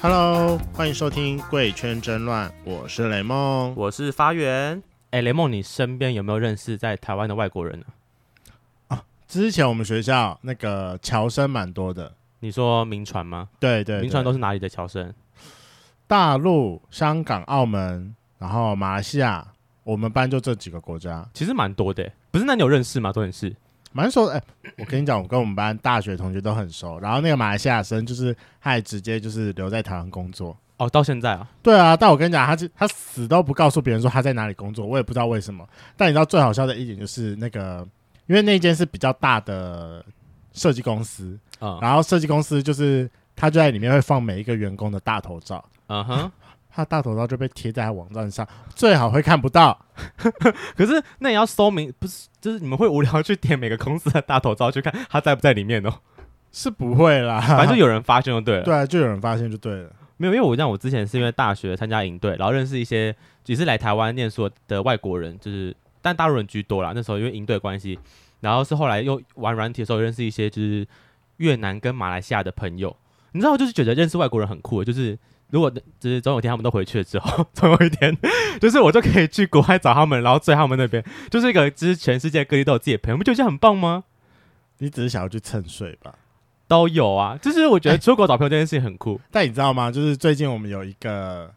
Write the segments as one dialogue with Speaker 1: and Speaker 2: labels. Speaker 1: Hello，欢迎收听《贵圈争乱》，我是雷梦。
Speaker 2: 我是发源，
Speaker 3: 哎、雷梦，你身边有没有认识在台湾的外国人呢、
Speaker 1: 之前我们学校那个侨生蛮多的，
Speaker 3: 你说名传吗？
Speaker 1: 对对对
Speaker 3: 名传都是哪里的侨生？
Speaker 1: 大陆、香港、澳门，然后马来西亚，我们班就这几个国家，
Speaker 3: 其实蛮多的、欸不是？那你有认识吗？都很是
Speaker 1: 蛮熟的。哎、我跟你讲，我跟我们班大学同学都很熟。然后那个马来西亚生，就是他也直接就是留在台湾工作。
Speaker 3: 哦，到现在啊，
Speaker 1: 对啊，但我跟你讲，他就他死都不告诉别人说他在哪里工作，我也不知道为什么。但你知道最好笑的一点就是那个，因为那间是比较大的设计公司，
Speaker 3: 嗯
Speaker 1: 然后设计公司就是他就在里面会放每一个员工的大头照，
Speaker 3: 嗯哼。
Speaker 1: 他的大头照就被贴在他网站上，最好会看不到。
Speaker 3: 可是那也要搜名，不是？就是你们会无聊去点每个公司的大头照去看他在不在里面 哦。
Speaker 1: 是不会啦，
Speaker 3: 反正就有人发现就对了。
Speaker 1: 对啊，就有人发现就对了。
Speaker 3: 没有，因为我像我之前是因为大学参加营队，然后认识一些也是来台湾念书的外国人，就是但大陆人居多啦。那时候因为营队的关系，然后是后来又玩软体的时候认识一些就是越南跟马来西亚的朋友。你知道，我就是觉得认识外国人很酷，就是如果就是总有一天他们都回去了之后， 总有一天就是我就可以去国外找他们，然后追他们那边，就是一个就是全世界各地都有自己的朋友，你不觉得这样很棒吗？
Speaker 1: 你只是想要去蹭睡吧？
Speaker 3: 都有啊，就是我觉得出国找朋友这件事情很酷。
Speaker 1: 但你知道吗？就是最近我们有一个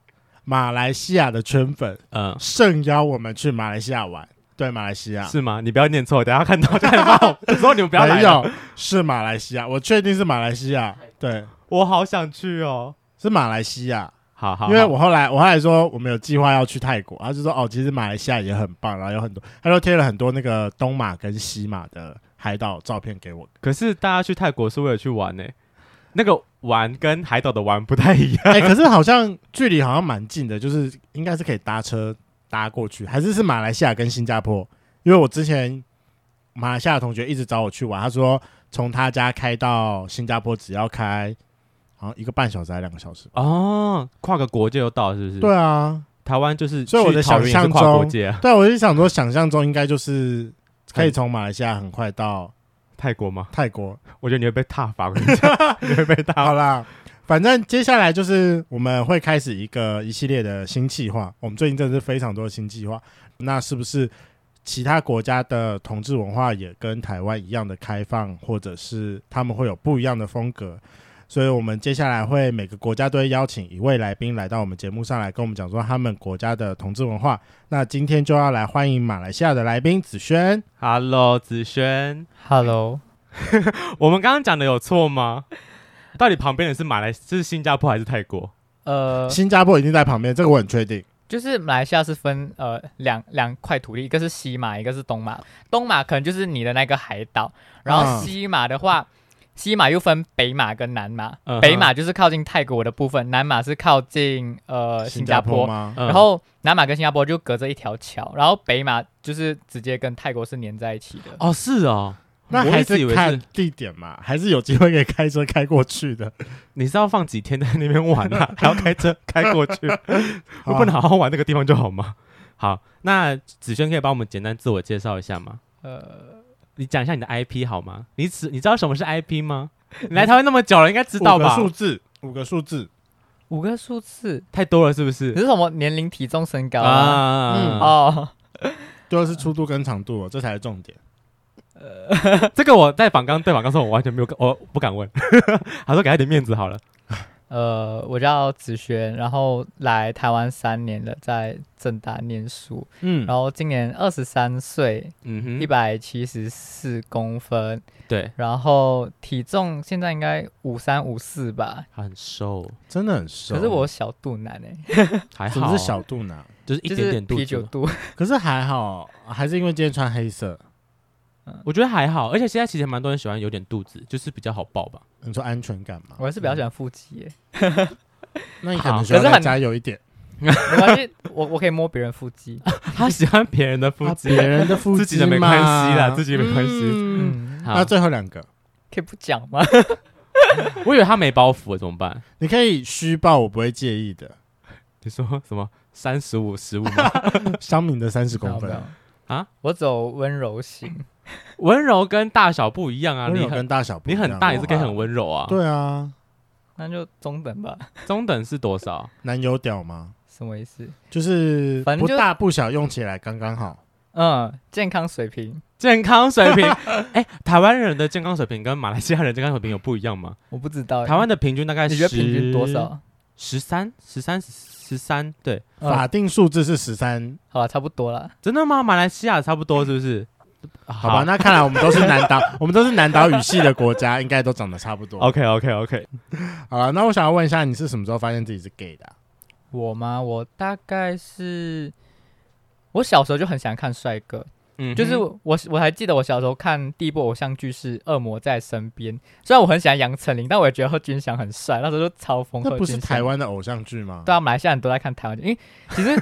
Speaker 1: 马来西亚的圈粉
Speaker 3: 嗯，
Speaker 1: 盛邀我们去马来西亚玩，对马来西亚
Speaker 3: 是吗？你不要念错，等一下看到就很爆。我说你们不要来
Speaker 1: 没
Speaker 3: 了，
Speaker 1: 有是马来西亚，我确定是马来西亚，对，
Speaker 3: 我好想去哦。
Speaker 1: 是马来西亚。
Speaker 3: 好好，
Speaker 1: 因为
Speaker 3: 好
Speaker 1: 我后来我后来说我们有计划要去泰国，他就说哦，其实马来西亚也很棒，然后有很多，他就贴了很多那个东马跟西马的海岛照片 给我。
Speaker 3: 可是大家去泰国是为了去玩呢、那个玩跟海岛的玩不太一样。
Speaker 1: 哎、可是好像距离好像蛮近的，就是应该是可以搭车搭过去，还是是马来西亚跟新加坡？因为我之前马来西亚的同学一直找我去玩，他说从他家开到新加坡只要开好像一个半小时还是两个小时。
Speaker 3: 哦，跨个国界就到，是不是？，
Speaker 1: 对啊，
Speaker 3: 台湾就是，
Speaker 1: 所以我的想象中
Speaker 3: 跨国界啊，
Speaker 1: 对啊，我就想说，想象中应该就是可以从马来西亚很快到
Speaker 3: 泰国吗？
Speaker 1: 泰国。
Speaker 3: 我觉得你会被踏伐，我跟你讲你会被
Speaker 1: 好
Speaker 3: 踏。
Speaker 1: 啦，反正接下来就是我们会开始一个一系列的新计划。我们最近真的是非常多的新计划。那是不是其他国家的同志文化也跟台湾一样的开放，或者是他们会有不一样的风格？所以，我们接下来会每个国家都会邀请一位来宾来到我们节目上来跟我们讲说他们国家的同志文化。那今天就要来欢迎马来西亚的来宾子轩。
Speaker 3: Hello，子轩，
Speaker 4: Hello，
Speaker 3: 我们刚刚讲的有错吗？到底旁边的是马来，是新加坡还是泰国？
Speaker 4: 呃，
Speaker 1: 新加坡一定在旁边，这个我很确定。
Speaker 4: 就是马来西亚是分呃两两块土地，一个是西马，一个是东马。东马可能就是你的那个海岛，然
Speaker 1: 嗯
Speaker 4: 后西马的话，西马又分北马跟南马。
Speaker 3: 嗯哼
Speaker 4: 北马就是靠近泰国的部分，南马是靠近呃新加坡。
Speaker 1: 吗？
Speaker 3: 嗯
Speaker 4: 然后南马跟新加坡就隔着一条桥，然后北马就是直接跟泰国是连在一起的。
Speaker 3: 哦，是哦，
Speaker 1: 那
Speaker 3: 我
Speaker 1: 还
Speaker 3: 一直以
Speaker 1: 是
Speaker 3: 为
Speaker 1: 看
Speaker 3: 是
Speaker 1: 地点嘛，还是有机会可以开车开过去的。
Speaker 3: 你是要放几天在那边玩 啊？还要开车开过去？ 我不能
Speaker 1: 好
Speaker 3: 好好玩那个地方就好 吗？好，那子轩可以帮我们简单自我介绍一下吗？
Speaker 4: 呃，
Speaker 3: 你讲一下你的 IP 好吗？你只你知道什么是 IP 吗？你来台湾那么久了，应该知道
Speaker 1: 五个
Speaker 3: 吧？
Speaker 1: 数字，五个数字，
Speaker 4: 五个数字，
Speaker 3: 太多了，是不
Speaker 4: 你
Speaker 3: 是？
Speaker 4: 是什么年龄、体重、身高啊？
Speaker 3: 啊，哦，
Speaker 4: 哦，
Speaker 1: 就是粗度跟长度哦，这才是重点。
Speaker 3: 这个我在访刚对访刚说，我完全没有，我不敢问。 他说给他点面子好了。
Speaker 4: 呃，我叫子轩，然后来台湾三年了，在正大念书，
Speaker 3: 嗯
Speaker 4: 然后今年二十三岁，
Speaker 3: 嗯
Speaker 4: 一
Speaker 3: 哼，
Speaker 4: 百七十四公分，
Speaker 3: 对，
Speaker 4: 然后体重现在应该五三五四吧，
Speaker 3: 他很瘦，
Speaker 1: 真的很
Speaker 3: 哦
Speaker 1: 瘦。
Speaker 4: 可是我小肚腩哎、
Speaker 3: 还
Speaker 1: 是
Speaker 3: 好，
Speaker 1: 不是小肚腩？
Speaker 3: 就是一
Speaker 4: 就
Speaker 3: 点
Speaker 4: 是
Speaker 3: 点肚
Speaker 4: 啤酒
Speaker 3: 子。
Speaker 4: 肚，
Speaker 1: 可是还好，还是因为今天穿黑色。
Speaker 3: 我觉得还好，而且现在其实蛮多人喜欢有点肚子，就是比较好抱吧。
Speaker 1: 你说安全感嘛？
Speaker 4: 我还是比较
Speaker 3: 嗯
Speaker 4: 喜欢腹肌哎、
Speaker 1: 那你可能
Speaker 3: 好
Speaker 1: 需要
Speaker 4: 可是
Speaker 1: 再
Speaker 4: 很
Speaker 1: 加油一点。
Speaker 4: 没关系，我我可以摸别人腹 肌，
Speaker 3: 他喜欢别人的腹
Speaker 1: 啊
Speaker 3: 肌
Speaker 1: 别，人的腹肌
Speaker 3: 自己的没关系啦
Speaker 1: 嘛
Speaker 3: 自己没关系
Speaker 1: 嗯
Speaker 4: 嗯，
Speaker 3: 好
Speaker 1: 那最后两个，
Speaker 4: 可以不讲吗？
Speaker 3: 我以为他没包袱了，怎么办？
Speaker 1: 你可以虚报，我不会介意的。
Speaker 3: 你说什么三十五十五吗？
Speaker 1: 香敏的三十
Speaker 4: 没有
Speaker 1: 公
Speaker 4: 没有
Speaker 1: 分，
Speaker 3: 啊，
Speaker 4: 我走温柔型，
Speaker 3: 温柔跟大小不一样啊，
Speaker 1: 温
Speaker 3: 你
Speaker 1: 柔
Speaker 3: 很
Speaker 1: 跟大小不一
Speaker 3: 你
Speaker 1: 样
Speaker 3: 很大也是可以
Speaker 1: 好
Speaker 3: 很温柔啊
Speaker 1: 吧。对啊，
Speaker 4: 那就中等吧。
Speaker 3: 中等是多少？
Speaker 1: 男友屌吗？
Speaker 4: 什么意思？
Speaker 1: 就是
Speaker 4: 反正
Speaker 1: 不
Speaker 4: 就
Speaker 1: 大不小，用起来刚刚好。
Speaker 4: 嗯，健康水平
Speaker 3: 健康水平？哎、台湾人的健康水平跟马来西亚人的健康水平有不一样 吗？
Speaker 4: 我不知道欸。
Speaker 3: 台湾的平均大概
Speaker 4: 你觉得平均多少？？
Speaker 3: 十三、十三、十三，对，
Speaker 4: 嗯
Speaker 1: 法定数字是十三，
Speaker 4: 好了，差不多了。
Speaker 3: 真的吗？马来西亚差不多是不是？
Speaker 1: 好吧？那看来我们都是南 岛，我们都是南岛语系的国家，应该都长得差不多。
Speaker 3: OK OK OK，
Speaker 1: 好了，那我想要问一下，你是什么时候发现自己是 gay 的啊、
Speaker 4: 我吗？我大概是，我小时候就很喜欢看帅哥，
Speaker 3: 嗯哼，
Speaker 4: 就是我我我还记得我小时候看第一部偶像剧是《恶魔在身边》，虽然我很喜欢杨丞琳，但我也觉得贺军翔很帅，那时候就超疯贺
Speaker 1: 那
Speaker 4: 军翔。
Speaker 1: 不是台湾的偶像剧吗？
Speaker 4: 对啊，马来西亚人都在看台湾，因为 其实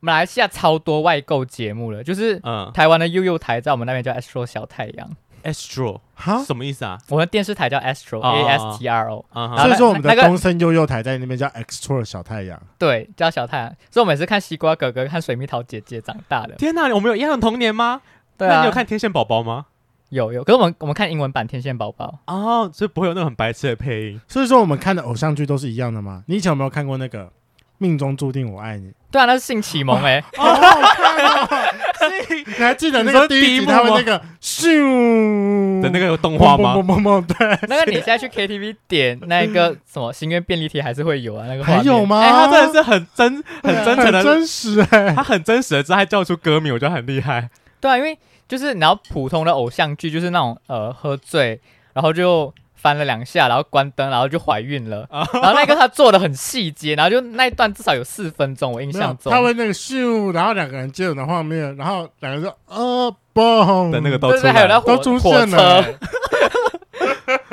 Speaker 4: 马来西亚超多外购节目了，就是
Speaker 1: 啊
Speaker 3: 嗯
Speaker 4: 台湾的悠悠台在我们那边叫 Astro 小太阳，
Speaker 3: 呃，Astro
Speaker 1: 哈，
Speaker 3: 什么意思啊？
Speaker 4: 我们电视台叫 Astro
Speaker 3: 哦
Speaker 4: A S T R O，
Speaker 3: 啊
Speaker 4: 然
Speaker 3: 哈
Speaker 4: 后
Speaker 1: 所以说我们
Speaker 4: 那
Speaker 1: 的
Speaker 4: 那个
Speaker 1: 东森幼幼台在那边叫 Extra 小太阳。
Speaker 4: 对，叫小太阳。所以我每次看西瓜哥哥、看水蜜桃姐姐长大 的。
Speaker 3: 天哪，我们有一样的童年吗？
Speaker 4: 对
Speaker 3: 那
Speaker 4: 啊，
Speaker 3: 你有看《天线宝宝》吗？
Speaker 4: 有有，可是我们我们看英文版《天线宝宝
Speaker 3: 哦，所以不会有那种很白痴的配音。
Speaker 1: 所以说我们看的偶像剧都是一样的吗？你以前有没有看过那个《命中注定我爱你》？》，
Speaker 4: 对啊，那是性启 蒙哎、
Speaker 1: 好好看哦！你还记得那
Speaker 3: 你说
Speaker 1: 个第一
Speaker 3: 第一
Speaker 1: 集
Speaker 3: 幕
Speaker 1: 他们
Speaker 3: 吗
Speaker 1: 那个咻
Speaker 3: 的那个有动画吗？
Speaker 1: 砰砰砰砰砰对，
Speaker 4: 那个你现在去 KTV 点那个什么心愿便利贴还是会有啊，那个画
Speaker 1: 还有
Speaker 4: 面？
Speaker 1: 吗？
Speaker 3: 哎，他
Speaker 1: 啊
Speaker 3: 真的是很真、很真诚
Speaker 1: 很
Speaker 3: 的，
Speaker 1: 真实哎、
Speaker 3: 他很真实的，知道他叫出歌名，我觉得很厉害。
Speaker 4: 对啊，因为就是然后普通的偶像剧就是那种呃喝醉，然后就翻了两下，然后关灯，然后就怀 孕了，然后那个他做的很细节，然后就那一段至少有四分钟，我印
Speaker 1: 没有
Speaker 4: 象中
Speaker 1: 他会那个咻，然后两个人接吻的画面，然后两个人说呃嘣
Speaker 3: 的那个都
Speaker 4: 对
Speaker 3: 出
Speaker 4: 对，还有
Speaker 3: 来
Speaker 4: 那
Speaker 3: 了。
Speaker 4: 火
Speaker 1: 都出
Speaker 4: 火
Speaker 1: 现了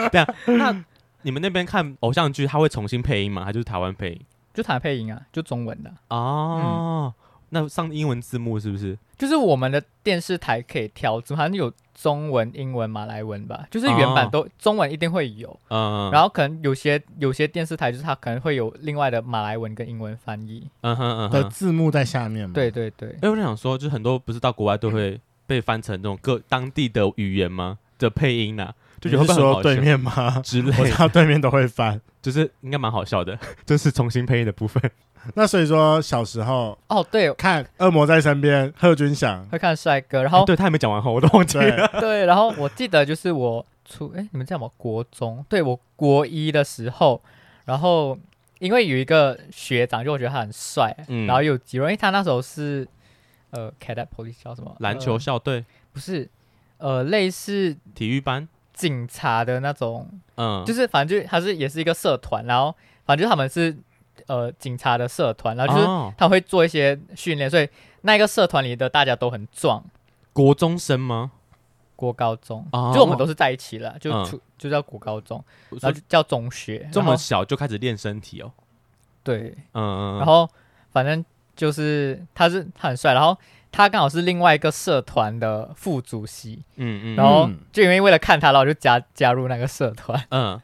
Speaker 4: 车，
Speaker 3: 那你们那边看偶像剧，他会重新配音吗？还就是台湾配音？
Speaker 4: 就台配音啊，就中文的啊，
Speaker 1: 嗯
Speaker 3: 哦，那上英文字幕是不是？
Speaker 4: 就是我们的电视台可以挑，好像有中文、英文、马来文吧，就是原版
Speaker 3: 哦
Speaker 4: 都、中文一定会有。
Speaker 3: 嗯，
Speaker 4: 然
Speaker 3: 后
Speaker 4: 后可能有些有些电视台就是它可能会有另外的马来文跟英文翻译。
Speaker 3: 嗯哼嗯
Speaker 1: 的
Speaker 3: 哼。
Speaker 1: 字幕在下面嘛？
Speaker 4: 对，对对，
Speaker 3: 哎，我就想说，就是很多不是到国外都会被翻成那种各当地的语言吗的配音呐，就觉得会
Speaker 1: 你
Speaker 3: 不
Speaker 1: 是
Speaker 3: 会很好
Speaker 1: 说
Speaker 3: 笑
Speaker 1: 对面吗？
Speaker 3: 之
Speaker 1: 我
Speaker 3: 类
Speaker 1: 知
Speaker 3: 的，
Speaker 1: 道对面都会翻。
Speaker 3: 就是应该蛮好笑的，就是重新配音的部分。
Speaker 1: 那所以说小时候
Speaker 4: 哦对，
Speaker 1: 看《恶魔在身边》，贺军翔，
Speaker 4: 会看帅哥，然后
Speaker 3: 哎对他还没讲完话，哦我都忘记
Speaker 1: 对
Speaker 3: 了。，
Speaker 4: 对，然后我记得就是我初哎，你们叫什么国中？对我国一的时候，然后因为有一个学长，就我觉得他很帅，
Speaker 3: 嗯
Speaker 4: 然后又有肌肉，因为他那时候是呃 cadet police 叫什么？
Speaker 3: 篮球
Speaker 4: 呃
Speaker 3: 校队、
Speaker 4: 不是，呃，类似
Speaker 3: 体育班，
Speaker 4: 警察的那种
Speaker 3: 嗯，
Speaker 4: 就是反正就他是也是一个社团，然后反正就是他们是呃警察的社团，然后啊就是
Speaker 3: 哦
Speaker 4: 他们会做一些训练，所以那一个社团里的大家都很壮。
Speaker 3: 国中生吗？
Speaker 4: 国高中，
Speaker 3: 哦
Speaker 4: 就我们都是在一起了，就
Speaker 3: 嗯
Speaker 4: 初、就叫国高中，然后
Speaker 3: 然
Speaker 4: 就叫中学，
Speaker 3: 这
Speaker 4: 然
Speaker 3: 么
Speaker 4: 后
Speaker 3: 小就开始练身体哦，
Speaker 4: 对，
Speaker 3: 嗯，嗯嗯
Speaker 4: 然后反正就是他是他很帅，然后他刚好是另外一个社团的副主席，
Speaker 3: 嗯嗯，
Speaker 4: 然后
Speaker 1: 嗯
Speaker 4: 就因为为了看他，然后我就加加入那个社团，
Speaker 3: 嗯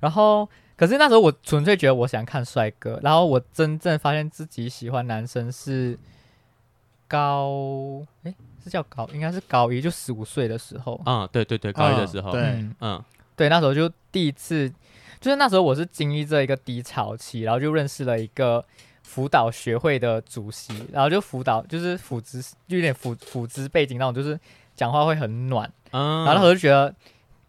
Speaker 4: 然后，可是那时候我纯粹觉得我想看帅哥，然后我真正发现自己喜欢男生是高，诶，是叫高，应该是高一，就十五岁的时候。
Speaker 3: 嗯，对对对，高一的时候，
Speaker 1: 对
Speaker 4: 嗯，
Speaker 3: 嗯
Speaker 4: 对，那时候就第一次，就是那时候我是经历这一个低潮期，然后就认识了一个辅导学会的主席，然后就辅导就是辅资，就有点辅辅资背景那种，就是讲话会很暖。
Speaker 3: 嗯，
Speaker 4: 然后那时候就觉得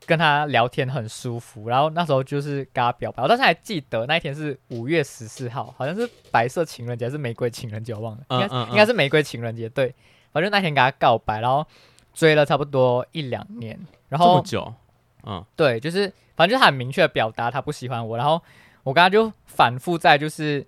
Speaker 4: 跟他聊天很舒服，然后那时候就是跟他表白，我到现在还记得那一天是五月十四号，好像是白色情人节还是玫瑰情人节，我忘了，应
Speaker 3: 嗯
Speaker 4: 该、
Speaker 3: 嗯嗯
Speaker 4: 应该是玫瑰情人节，对，反正那天跟他告白，然后追了差不多一两年，然
Speaker 3: 这么
Speaker 4: 后
Speaker 3: 久，嗯
Speaker 4: 对，就是反正就是他很明确的表达他不喜欢我，然后我跟他就反复在就是。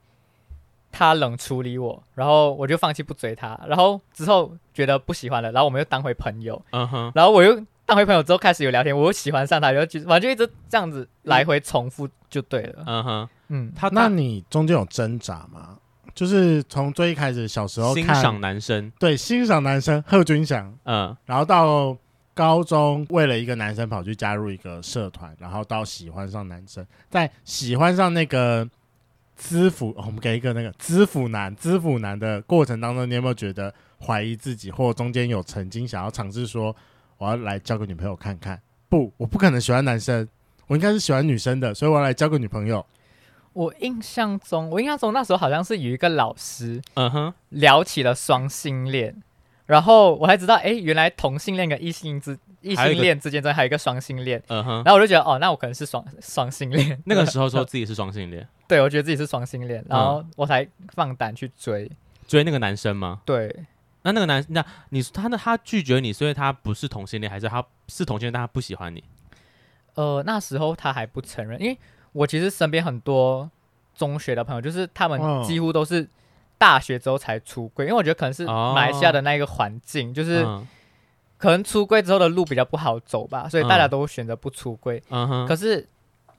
Speaker 4: 他冷处理我，然后我就放弃不追他，然后之后觉得不喜欢了，然后我们又当回朋友，
Speaker 3: 嗯哼，
Speaker 4: 然后我又当回朋友之后开始有聊天，我又喜欢上他，然后就反正就一直这样子来回重复就对了。
Speaker 3: 嗯哼，
Speaker 4: 嗯，
Speaker 3: 嗯他
Speaker 1: 那你中间有挣扎吗？就是从最一开始小时候
Speaker 3: 欣
Speaker 1: 看
Speaker 3: 赏男生，
Speaker 1: 对欣赏男生贺军翔，
Speaker 3: 嗯
Speaker 1: 然后到高中为了一个男生跑去加入一个社团，然后到喜欢上男生，在喜欢上那个资腐、 哦我们给一个那个资腐男资腐男的过程当中，你有没有觉得怀疑自己，或中间有曾经想要尝试说我要来交个女朋友看看？不，我不可能喜欢男生，我应该是喜欢女生的，所以我要来交个女朋友。
Speaker 4: 我印象中，我印象中那时候好像是有一个老师
Speaker 3: 嗯哼，
Speaker 4: 聊起了双性恋，然后我还知道，哎，原来同性恋跟异性之异
Speaker 3: 还有一个
Speaker 4: 性恋之间真的还有一个双性恋，
Speaker 3: 嗯哼。
Speaker 4: 然后我就觉得，哦，那我可能是双双性恋。
Speaker 3: 那个时候说自己是双性恋，
Speaker 4: 对，我觉得自己是双性恋，
Speaker 3: 嗯
Speaker 4: 然后我才放胆去追。
Speaker 3: 追那个男生吗？
Speaker 4: 对，
Speaker 3: 那那个男，那你他那他拒绝你，所以他不是同性恋，还是他是同性恋，但他不喜欢你？
Speaker 4: 呃，那时候他还不承认，因为我其实身边很多中学的朋友，就是他
Speaker 1: 哦
Speaker 3: 嗯
Speaker 4: 们几乎都是大学之后才出柜，因为我觉得可能是
Speaker 3: 哦
Speaker 4: 马来西亚的那一个环境，就是
Speaker 3: 嗯
Speaker 4: 可能出柜之后的路比较不好走吧，所以大家都选择不出柜。
Speaker 3: 嗯哼，
Speaker 4: 可是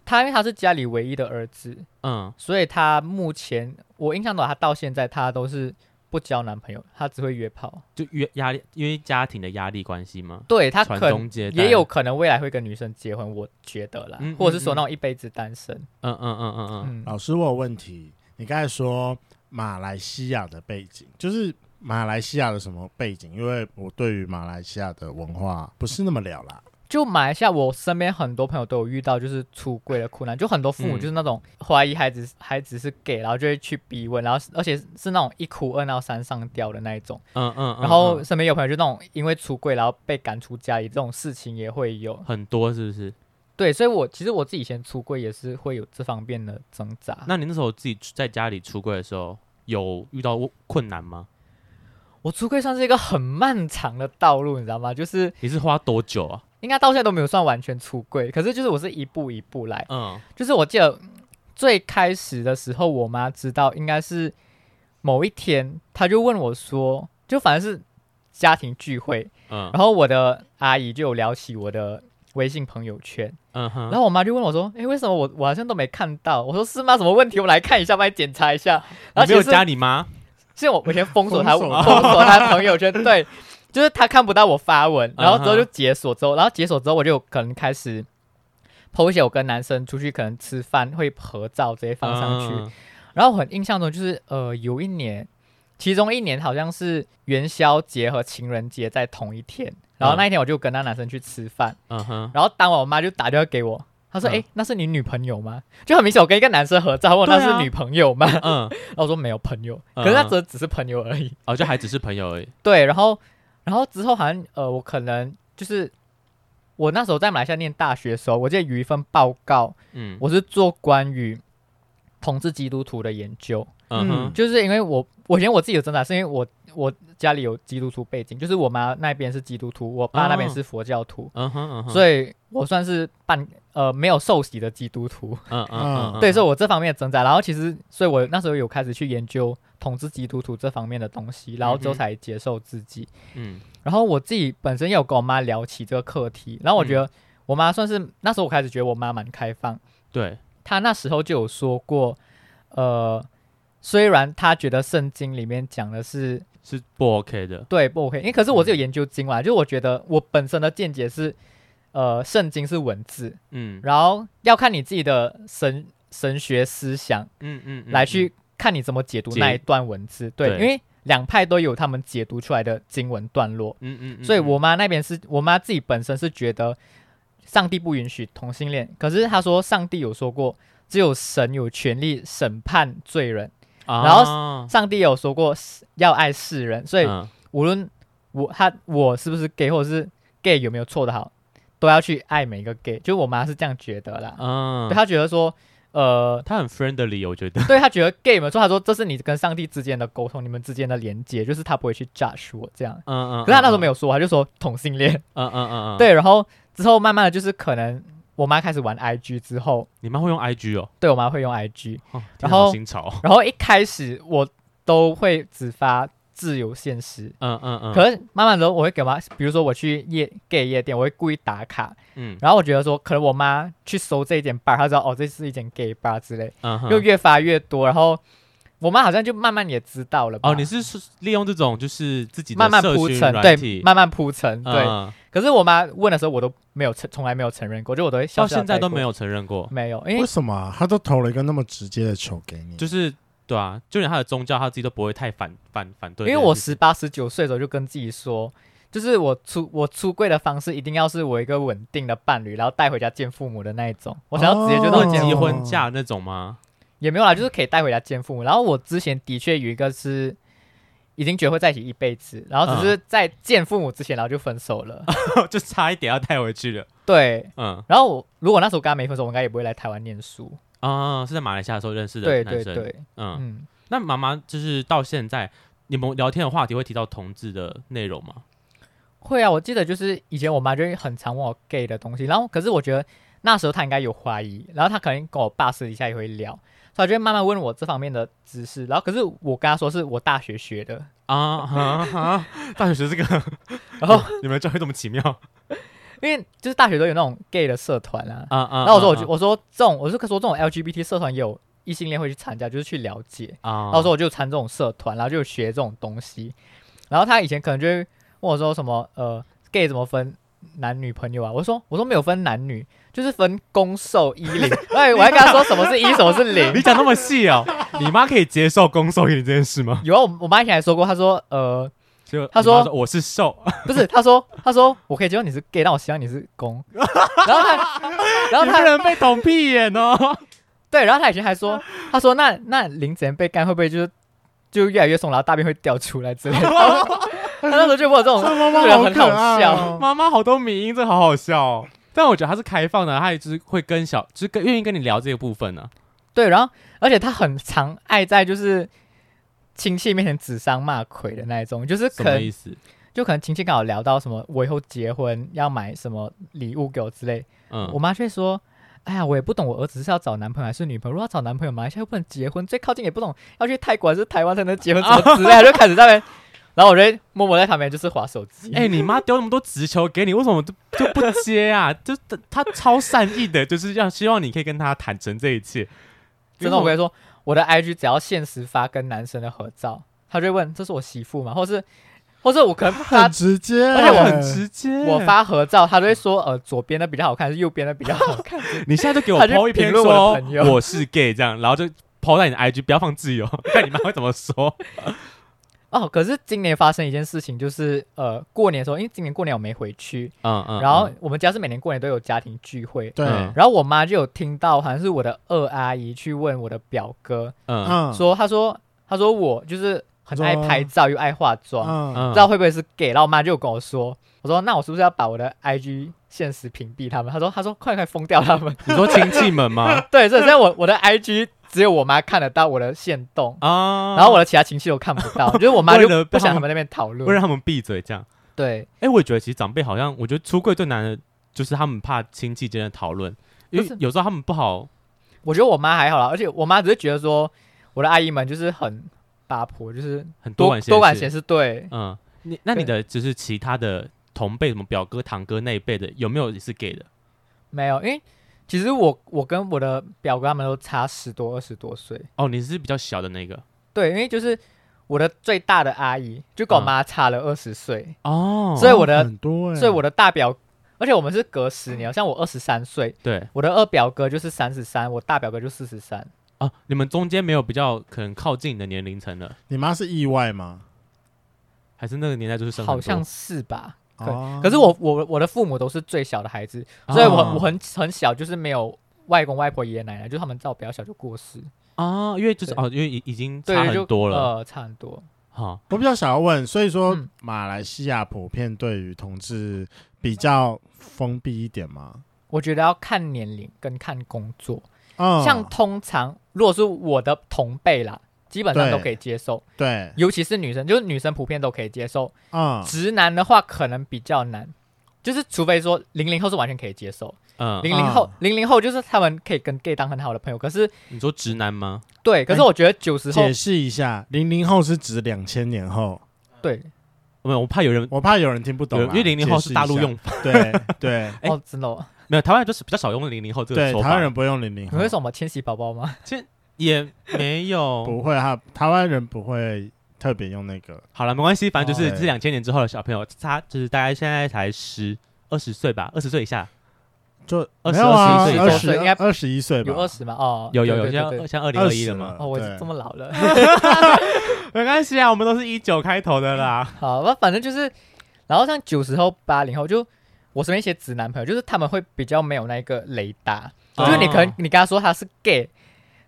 Speaker 4: 他因为他是家里唯一的儿子，
Speaker 3: 嗯
Speaker 4: 所以他目前我印象中他到现在他都是不交男朋友，他只会约炮。
Speaker 3: 就约压力，因为家庭的压力关系吗？
Speaker 4: 对他
Speaker 3: 传
Speaker 4: 可能
Speaker 3: 宗接代
Speaker 4: 也有可能未来会跟女生结婚，我觉得啦，
Speaker 3: 嗯嗯
Speaker 4: 或者是说那种一辈子单身。
Speaker 3: 嗯嗯嗯嗯嗯，
Speaker 4: 嗯，
Speaker 1: 老师，我有问题，你刚才说马来西亚的背景，就是马来西亚的什么背景？因为我对于马来西亚的文化不是那么了啦。
Speaker 4: 就马来西亚，我身边很多朋友都有遇到就是出柜的困难，就很多父母
Speaker 3: 嗯
Speaker 4: 就是那种怀疑孩子孩子是 gay，然后就会去逼问，然后是而且是那种一哭二闹三上吊的那一种。
Speaker 3: 嗯嗯嗯，
Speaker 4: 然后
Speaker 3: 嗯
Speaker 4: 身边有朋友就那种因为出柜然后被赶出家里这种事情也会有。
Speaker 3: 很多是不是？
Speaker 4: 对，所以我其实我自己以前出柜也是会有这方面的挣扎。
Speaker 3: 那你那时候自己在家里出柜的时候，有遇到过困难吗？
Speaker 4: 我出柜算是一个很漫长的道路，你知道吗？就是
Speaker 3: 你是花多久啊？
Speaker 4: 应该到现在都没有算完全出柜，可是就是我是一步一步来。
Speaker 3: 嗯
Speaker 4: 就是我记得最开始的时候，我妈知道应该是某一天，她就问我说，就反正是家庭聚会，
Speaker 3: 嗯
Speaker 4: 然后我的阿姨就有聊起我的微信朋友圈，
Speaker 3: 嗯哼，
Speaker 4: 然后我妈就问我说，诶，为什么我我好像都没看到？我说是吗？什么问题？我来看一下，帮你检查一下。然后
Speaker 3: 你没有
Speaker 4: 其实是
Speaker 3: 加你妈？
Speaker 4: 是我我先封锁他，
Speaker 1: 封
Speaker 4: 封
Speaker 1: 锁
Speaker 4: 锁他朋友圈，对， 就是他看不到我发文，然后之后就解锁之后，然后解锁之后我就有可能开始。剖一些我跟男生出去可能吃饭会合照直接放上去，
Speaker 3: 嗯
Speaker 4: 然后我很印象中就是呃有一年，其中一年好像是元宵节和情人节在同一天，然后那一天我就跟那男生去吃饭，
Speaker 3: 嗯哼，
Speaker 4: 嗯然后当晚我妈就打电话给我，她说
Speaker 3: 嗯
Speaker 4: 诶，那是你女朋友吗？就很明显我跟一个男生合照，问
Speaker 3: 对啊
Speaker 4: 他是女朋友吗？
Speaker 3: 嗯，
Speaker 4: 然后我说没有朋友，
Speaker 3: 嗯
Speaker 4: 可是那只只是朋友而已。
Speaker 3: 哦，就还只是朋友而已。
Speaker 4: 对，然后然后之后好像呃，我可能就是我那时候在马来西亚念大学的时候，我记得有一份报告，
Speaker 3: 嗯，
Speaker 4: 我是做关于同志基督徒的研究，
Speaker 3: 嗯哼，
Speaker 4: 就是因为我我觉得我自己有挣扎，是因为我我家里有基督徒背景，就是我妈那边是基督徒，我爸那边
Speaker 3: 哦
Speaker 4: 是佛教徒。
Speaker 3: 嗯哼，嗯哼，以，
Speaker 4: 所以我算是半呃没有受洗的基督徒，
Speaker 3: 嗯嗯嗯，
Speaker 4: 对，所以
Speaker 3: 以，
Speaker 4: 我这方面的挣扎。然后其实，所以我那时候有开始去研究同志基督徒这方面的东西，然后之
Speaker 3: 嗯
Speaker 4: 后
Speaker 3: 哼
Speaker 4: 才接受自己。
Speaker 3: 嗯
Speaker 4: 然后我自己本身也有跟我妈聊起这个课题，然后我
Speaker 3: 嗯
Speaker 4: 觉得我妈算是、那时候我开始觉得我妈蛮开放，
Speaker 3: 对，
Speaker 4: 她那时候就有说过，呃，虽然她觉得圣经里面讲的是
Speaker 3: 是不 OK 的。
Speaker 4: 对不 OK，因为可是我是
Speaker 3: 嗯
Speaker 4: 有研究经啊嘛，就我觉得我本身的见解是，呃，圣经是文字，
Speaker 3: 嗯
Speaker 4: 然后要看你自己的神神学思想
Speaker 3: 嗯嗯，嗯
Speaker 4: 来，去看你怎么解读
Speaker 3: 解
Speaker 4: 那一段文字，对，
Speaker 3: 对
Speaker 4: 因为两派都有他们解读出来的经文段落，
Speaker 3: 嗯嗯嗯，
Speaker 4: 所以我妈那边是我妈自己本身是觉得上帝不允许同性恋，可是她说上帝有说过，只有神有权利审判罪人，
Speaker 3: 啊，
Speaker 4: 然后上帝有说过要爱世人，所以
Speaker 3: 嗯
Speaker 4: 无论我她我是不是 gay 或者是 gay 有没有错的好，都要去爱每一个 gay，就是我妈是这样觉得啦，
Speaker 3: 嗯
Speaker 4: 对，她觉得说呃。
Speaker 3: 他很 friendly，我觉得。
Speaker 4: 对她觉得 gay 们说，她说这是你跟上帝之间的沟通，你们之间的连接，就是她不会去 judge 我这样。
Speaker 3: 嗯嗯，
Speaker 4: 可是她那时候没
Speaker 3: 有，
Speaker 4: 有说，她就说同性恋，
Speaker 3: 嗯嗯嗯嗯，，
Speaker 4: 对，然后之后慢慢的就是可能我妈开始玩 IG 之后，
Speaker 3: 你妈会用 IG 哦，
Speaker 4: 对我妈会用 IG，
Speaker 3: 哦天
Speaker 4: 然
Speaker 3: 好
Speaker 4: 后
Speaker 3: 新潮，
Speaker 4: 然后一开始我都会只发自由现实。
Speaker 3: 嗯嗯嗯，
Speaker 4: 可是慢慢的，我会给我妈，比如说我去夜 gay 夜店，我会故意打卡，
Speaker 3: 嗯
Speaker 4: 然后我觉得说，可能我妈去搜这一间 bar，她知道哦，这是一间 gay bar 之类，
Speaker 3: 嗯哼
Speaker 4: 又越发越多，然后我妈好像就慢慢也知道了吧
Speaker 3: 哦，你是说利用这种就是自己的
Speaker 4: 慢慢
Speaker 3: 社
Speaker 4: 铺
Speaker 3: 群
Speaker 4: 陈，
Speaker 3: 软
Speaker 4: 对，
Speaker 3: 体
Speaker 4: 慢慢铺陈，对。
Speaker 3: 嗯
Speaker 4: 可是我妈问的时候，我都没有承，从来没有承认过，就我都会笑
Speaker 3: 到
Speaker 4: 笑
Speaker 3: 现在
Speaker 4: 带
Speaker 3: 都
Speaker 4: 过
Speaker 3: 没有承认过，嗯
Speaker 4: 没有，因为
Speaker 1: 为什么啊、他都投了一个那么直接的球给你？
Speaker 3: 就是对啊，就连他的宗教他自己都不会太反反反对这件
Speaker 4: 因
Speaker 3: 事情，
Speaker 4: 为我十八十九岁的时候就跟自己说，就是我出我出柜的方式一定要是我一个稳定的伴侣，然后带回家见父母的那一种。我想要直接就
Speaker 1: 哦
Speaker 4: 到
Speaker 3: 论
Speaker 4: 结婚，
Speaker 3: 及婚嫁那种吗？
Speaker 4: 也没有啦，就是可以带回家见父母。然后我之前的确有一个是已经结婚在一起一辈子，然后只
Speaker 3: 嗯
Speaker 4: 是在见父母之前，然后就分手了。
Speaker 3: 哦 就差一点要带回去了。
Speaker 4: 对，
Speaker 3: 嗯
Speaker 4: 然后我如果那时候跟他没分手，我应该也不会来台湾念书。
Speaker 3: 啊、是在马来西亚的时候认识的
Speaker 4: 对
Speaker 3: 男
Speaker 4: 对
Speaker 3: 生。
Speaker 4: 对，
Speaker 3: 嗯，
Speaker 4: 嗯，
Speaker 3: 那妈妈就是到现在，你们聊天的话题会提到同志的内容吗？
Speaker 4: 会啊。我记得就是以前我妈就会很常问我 gay 的东西，然后可是我觉得那时候她应该有怀疑，然后她可能跟我爸私底下也会聊，所以她就会慢慢问我这方面的知识。然后可是我跟她说是我大学学的，
Speaker 3: 啊哈 哈！大学学这个，
Speaker 4: 然后
Speaker 3: 你们教育这么奇妙
Speaker 4: 因为就是大学都有那种 gay 的社团啊，
Speaker 3: 啊 啊！
Speaker 4: 然后我说我就
Speaker 3: 就
Speaker 4: 我说这种我是说这种 LGBT 社团也有异性恋会去参加，就是去了解。
Speaker 3: 啊，
Speaker 4: 然后我说我就参这种社团，然后就学这种东西。然后他以前可能就会问我说什么呃 gay 怎么分男女朋友啊？我说我说没有分男女，就是分攻受一零。哎，我还跟他说什么是一，什么是
Speaker 3: 你
Speaker 4: 零。
Speaker 3: 讲那么细 哦，你妈可以接受攻受你这件事吗？
Speaker 4: 有啊，我我妈以前还说过，她说呃
Speaker 3: 就
Speaker 4: 她
Speaker 3: 你妈
Speaker 4: 说
Speaker 3: 我是受，
Speaker 4: 不是，她说她说我可以接受你是 gay，但我希望你是攻。然后她然后
Speaker 3: 你不
Speaker 4: 哦她
Speaker 3: 能被捅屁眼哦。
Speaker 4: 对，然后她以前还说她说那那林子妍被干会不会就是就越来越松，然后大便会掉出来之类的。他那时候就问我这种，
Speaker 1: 妈妈
Speaker 4: 这个
Speaker 1: 好
Speaker 4: 很
Speaker 1: 可
Speaker 4: 好
Speaker 1: 爱
Speaker 4: 笑
Speaker 1: 哦
Speaker 3: 妈妈好多迷音，这好好笑哦。但我觉得她是开放的，她也就是会跟小，就是跟愿意跟你聊这个部分啊呢、
Speaker 4: 对，然后而且他很常爱在就是亲戚面前指桑骂槐的那一种，就是
Speaker 3: 什
Speaker 4: 可
Speaker 3: 么意
Speaker 4: 能
Speaker 3: 思？
Speaker 4: 就可能亲戚刚好聊到什么，我以后结婚要买什么礼物给我之类，
Speaker 3: 嗯，
Speaker 4: 我妈却说。哎呀，我也不懂，我儿子是要找男朋友还是女朋友？如果要找男朋友，马来西亚又不能结婚，最靠近也不懂，要去泰国还是台湾才能结婚，什么之类的，就开始在那边。然后我就会默默在旁边就是划手机。
Speaker 3: 哎、你妈丢那么多直球给你，为什么就 就不接啊？就是她超善意的，就是要希望你可以跟她坦诚这一切。
Speaker 4: 真的，我
Speaker 3: 因为
Speaker 4: 跟你说，我的 IG 只要限时发跟男生的合照，他就会问这是我媳妇吗？或是，或是我可能发
Speaker 1: 很直接，欸
Speaker 4: 而且
Speaker 3: 我
Speaker 4: 我
Speaker 3: 很直接，啊
Speaker 4: 我发合照，他就会说呃左边的比较好看，还是右边的比较好看？
Speaker 3: 你现在就给我
Speaker 4: 他就
Speaker 3: 抛一篇
Speaker 4: 评论我
Speaker 3: 说
Speaker 4: 的朋友
Speaker 3: 我是 gay 这样，然后就抛在你的 IG，不要放自由， 看你妈会怎么说。
Speaker 4: 哦，可是今年发生一件事情，就是呃过年的时候，因为今年过年我没回去，
Speaker 3: 嗯嗯
Speaker 4: 然后我们家是每年过年都有家庭聚会，
Speaker 1: 对，
Speaker 3: 嗯
Speaker 4: 然后我妈就有听到，好像是我的二阿姨去问我的表哥，
Speaker 3: 嗯
Speaker 1: 嗯，
Speaker 4: 说她说她说我就是很爱
Speaker 1: 说
Speaker 4: 拍照又爱化妆，
Speaker 1: 嗯，
Speaker 3: 嗯
Speaker 4: 不知道会不会是 gay，然后我妈就有跟我说，我说那我是不是要把我的 IG 限时屏蔽他们？她说她说快快封掉他们。
Speaker 3: 你说亲戚们吗？
Speaker 4: 对，所以所以我我的 IG 只有我妈看得到我的限动，
Speaker 3: 啊，
Speaker 4: 然后我的其他亲戚都看不 到，就是我妈就
Speaker 3: 为了
Speaker 4: 不
Speaker 3: 帮
Speaker 4: 想他们那边讨
Speaker 3: 为了
Speaker 4: 论。
Speaker 3: 让他们闭嘴这样。
Speaker 4: 对，
Speaker 3: 哎、我也觉得其实长辈好像，我觉得出柜最难的就是他们怕亲戚间的讨论，因
Speaker 4: 不
Speaker 3: 为
Speaker 4: 是
Speaker 3: 有时候他们不好。
Speaker 4: 我觉得我妈还好啦，而且我妈只是觉得说我的阿姨们就是很八婆，就是
Speaker 3: 很多
Speaker 4: 多
Speaker 3: 管
Speaker 4: 多管
Speaker 3: 闲
Speaker 4: 闲
Speaker 3: 事。
Speaker 4: 事。对，
Speaker 3: 嗯，你那你
Speaker 4: 对
Speaker 3: 的就是其他的同辈，什么表哥、堂哥那一辈的，有没有也是 gay 的？
Speaker 4: 没有，因为其实我我跟我的表哥他们都差十多二十多岁。
Speaker 3: 哦，你是比较小的那个
Speaker 4: 对，因为就是我的最大的阿姨就跟我
Speaker 3: 嗯
Speaker 4: 妈差了二十岁，
Speaker 3: 哦
Speaker 4: 所以我的
Speaker 1: 很多，欸
Speaker 4: 所以我
Speaker 1: 的，
Speaker 4: 的大表，而且我们是隔十年，像我二十三岁，
Speaker 3: 对
Speaker 4: 我的二表哥就是三十三，我大表哥就四十三。
Speaker 3: 哦，你们中间没有比较可能靠近你的年龄层了，
Speaker 1: 你妈是意外吗？
Speaker 3: 还是那个年代就是生很
Speaker 4: 好像
Speaker 3: 多
Speaker 4: 是吧？对
Speaker 1: 哦
Speaker 4: 可是我我我的父母都是最小的孩子，所以我
Speaker 3: 哦
Speaker 4: 我很很小，就是没有外公外婆、爷爷奶奶，就他们在我比较小就过世，
Speaker 3: 啊、因为就是
Speaker 4: 对
Speaker 3: 哦，因为已已经差
Speaker 4: 对，就
Speaker 3: 很多了，
Speaker 4: 呃，差很多。
Speaker 3: 哈、
Speaker 1: 我比较想要问，所以说
Speaker 4: 嗯
Speaker 1: 马来西亚普遍对于同志比较封闭一点吗？
Speaker 4: 我觉得要看年龄跟看工作，
Speaker 1: 嗯，
Speaker 4: 像通常如果是我的同辈啦，基本上
Speaker 1: 对
Speaker 4: 都可以接受，
Speaker 1: 对，
Speaker 4: 尤其是女生，就是女生普遍都可以接受，
Speaker 1: 嗯，
Speaker 4: 直男的话可能比较难，就是除非说零零后是完全可以接受，
Speaker 3: 嗯，
Speaker 4: 零零后零零后就是他们可以跟 gay 当很好的朋友，可是
Speaker 3: 你说直男吗？
Speaker 4: 对，可是
Speaker 1: 哎
Speaker 4: 我觉得九十后
Speaker 1: 解释一下，零零后是指两千年后，
Speaker 4: 对
Speaker 3: 没有，我怕有人，
Speaker 1: 我怕有人听不懂
Speaker 3: 有
Speaker 1: 啊，
Speaker 3: 人因为零零后
Speaker 1: 解释
Speaker 3: 是
Speaker 1: 一
Speaker 3: 大陆
Speaker 1: 下
Speaker 3: 用， 法，
Speaker 1: 对对
Speaker 3: 哎
Speaker 4: 哦，真的哦，
Speaker 3: 没有台湾人就是比较少用零零后这个
Speaker 1: 对，
Speaker 3: 说
Speaker 1: 台湾
Speaker 3: 法，
Speaker 1: 人不用零零
Speaker 4: 你
Speaker 1: 后，
Speaker 3: 嗯
Speaker 4: 会说我们千禧宝 宝吗？
Speaker 3: 也没有。
Speaker 1: 不会哈，台湾人不会特别用那个，
Speaker 3: 好了，没关系，反正就是
Speaker 1: 哦
Speaker 3: 这两千年之后的小朋友，他就是大概现在才十二十岁吧，二十岁以下，
Speaker 1: 就
Speaker 3: 20
Speaker 1: 没有啊，
Speaker 3: 21岁
Speaker 1: 二
Speaker 4: 左右应该
Speaker 1: 十二十一岁吧
Speaker 4: 有，二十吗？哦，
Speaker 3: 有有
Speaker 4: 对
Speaker 3: 有，
Speaker 4: 对
Speaker 3: 像
Speaker 4: 对对
Speaker 3: 像二零二一了
Speaker 1: 20
Speaker 3: 嘛，
Speaker 1: 了
Speaker 4: 哦，我
Speaker 1: 对
Speaker 4: 这么老了，
Speaker 3: 没关系啊，我们都是一九开头的啦。
Speaker 4: 好吧，反正就是然后像九十后、八零后，就我身边一些直男朋友，就是他们会比较没有那个雷达，
Speaker 3: 哦
Speaker 4: 就是你可能你跟他说他是 gay，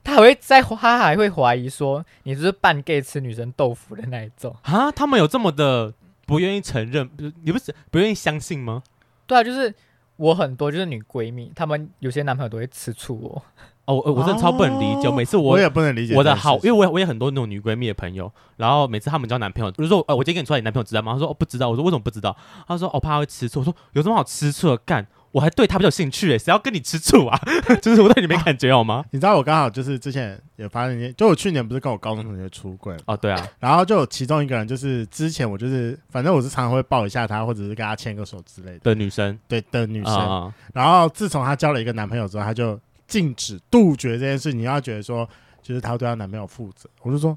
Speaker 4: 他还会在他还会怀疑说你是不是扮 gay 吃女生豆腐的那一 种。
Speaker 3: 啊，他们有这么的不愿意承认，不是你不是不愿意相信吗？
Speaker 4: 对啊，就是我很多就是女闺蜜，她们有些男朋友都会吃醋我。
Speaker 3: 哦，我我真的超不能理解，
Speaker 1: 哦
Speaker 3: 每次我
Speaker 1: 我也不能理解
Speaker 3: 我
Speaker 1: 这
Speaker 3: 的
Speaker 1: 件
Speaker 3: 好，
Speaker 1: 事
Speaker 3: 因为我也我也很多那种女闺蜜的朋友，然后每次她们交男朋友，我就说，呃，我今天跟你出来，你男朋友知道吗？她说，哦，不知道。我说为什么不知道？她说，哦，怕他会吃醋。我说有什么好吃醋的？干，我还对他比较兴趣诶，谁要跟你吃醋啊？ 就是我对你没感觉 好吗？
Speaker 1: 你知道我刚好就是之前也发生一件，就我去年不是跟我高中同学出柜嘛，
Speaker 3: 哦，对啊，
Speaker 1: 然后就有其中一个人就是之前我就是反正我是常常会抱一下她，或者是跟她牵个手之类的，
Speaker 3: 的女生，
Speaker 1: 对的女生。
Speaker 3: 啊
Speaker 1: 然后自从她交了一个男朋友之后，她就禁止杜绝这件事。你要觉得说，就是她对她男朋友负责，我就说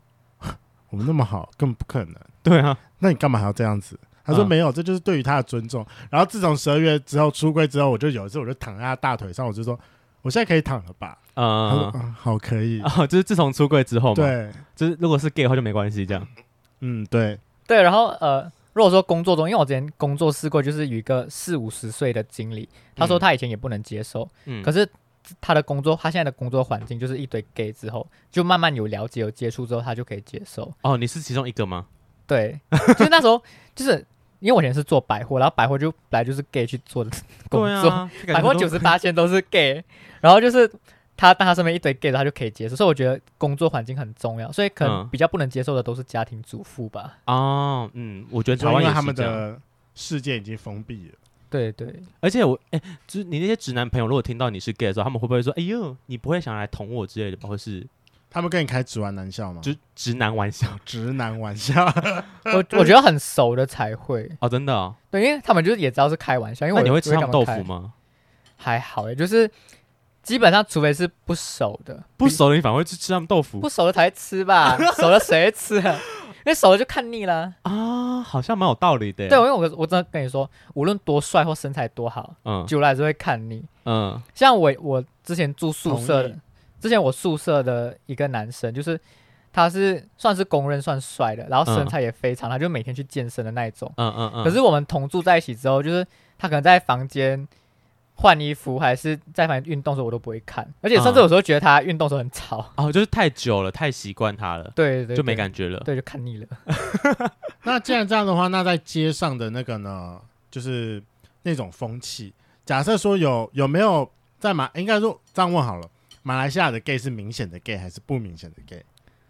Speaker 1: 我们那么好，根本不可能。
Speaker 3: 对啊，
Speaker 1: 那你干嘛还要这样子？他说
Speaker 3: 嗯
Speaker 1: 没有，这就是对于他的尊重。然后自从十二月之后出柜之后，我就有一次我就躺在他啊大腿上，我就说我现在可以躺了吧？他说
Speaker 3: 嗯，
Speaker 1: 嗯好可以。
Speaker 3: 哦，就是自从出柜之后嘛，，
Speaker 1: 对，
Speaker 3: 就是如果是 gay 的话就没关系这样。
Speaker 1: 嗯对，
Speaker 4: 对，然后呃，如果说工作中，因为我之前工作试过，就是有一个四五十岁的经理，他说
Speaker 3: 嗯
Speaker 4: 他以前也不能接受，
Speaker 3: 嗯，
Speaker 4: 可是他的工作，他现在的工作环境就是一堆 gay 之后，就慢慢有了解、有接触之后，他就可以接受。
Speaker 3: 哦，你是其中一个吗？
Speaker 4: 对，就是那时候，就是因为我以前是做百货，然后百货就本来就是 gay 去做的工
Speaker 3: 对
Speaker 4: 作，
Speaker 3: 啊，就感觉
Speaker 4: 百分
Speaker 3: 都
Speaker 4: 之九十八线都是 gay，然后就是他当他身边一堆 gay 的，他就可以接受。所以我觉得工作环境很重要，所以可能
Speaker 3: 嗯
Speaker 4: 比较不能接受的都是家庭主妇吧。
Speaker 3: 哦，嗯，我觉得
Speaker 1: 就
Speaker 3: 台湾
Speaker 1: 因
Speaker 3: 也
Speaker 1: 为
Speaker 3: 是
Speaker 1: 他们
Speaker 3: 这样
Speaker 1: 的世界已经封闭了。
Speaker 4: 对对，
Speaker 3: 而且我哎、就是你那些直男朋友，如果听到你是 gay 的时候，他们会不会说：“哎呦，你不会想来捅我之类的吧？”或是
Speaker 1: 他们跟你开直男玩笑吗？
Speaker 3: 就是直男玩 笑
Speaker 1: 直男玩笑，
Speaker 4: 我我觉得很熟的才会，
Speaker 3: 哦，真的、哦？
Speaker 4: 对，因为他们就是也知道是开玩笑，因为
Speaker 3: 那
Speaker 4: 我
Speaker 3: 你
Speaker 4: 也
Speaker 3: 会
Speaker 4: 不
Speaker 3: 吃他
Speaker 4: 跟
Speaker 3: 们豆
Speaker 4: 开
Speaker 3: 腐？吗？
Speaker 4: 还好诶，就是基本上除非是不熟的，
Speaker 3: 不熟的你反而会去吃他们豆腐
Speaker 4: 不熟的才会吃吧，熟的谁会吃啊？因为熟了就看腻了。
Speaker 3: 啊？好像蛮有道理的耶。
Speaker 4: 对，因为我我真的跟你说，无论多帅或身材多好，
Speaker 3: 嗯
Speaker 4: 久了还是会看腻。
Speaker 3: 嗯
Speaker 4: 像我我之前住宿舍
Speaker 1: 同
Speaker 4: 的
Speaker 1: 意，
Speaker 4: 之前我宿舍的一个男生，就是他是算是公认算帅的，然后身材也非常，他就每天去健身的那一种。
Speaker 3: 嗯嗯嗯。
Speaker 4: 可是我们同住在一起之后，就是他可能在房间换衣服，还是在房间运动的时候，我都不会看，而且甚至
Speaker 3: 嗯
Speaker 4: 有时候觉得他运动的时候很吵。
Speaker 3: 哦，就是太久了，太习惯他了，
Speaker 4: 对对对，
Speaker 3: 就没感觉了。
Speaker 4: 对，就看腻了。
Speaker 1: 那既然这样的话，那在街上的那个呢，就是那种风气，假设说有有没有在马，应该说这样问好了，马来西亚的 gay 是明显的 gay 还是不明显的 gay？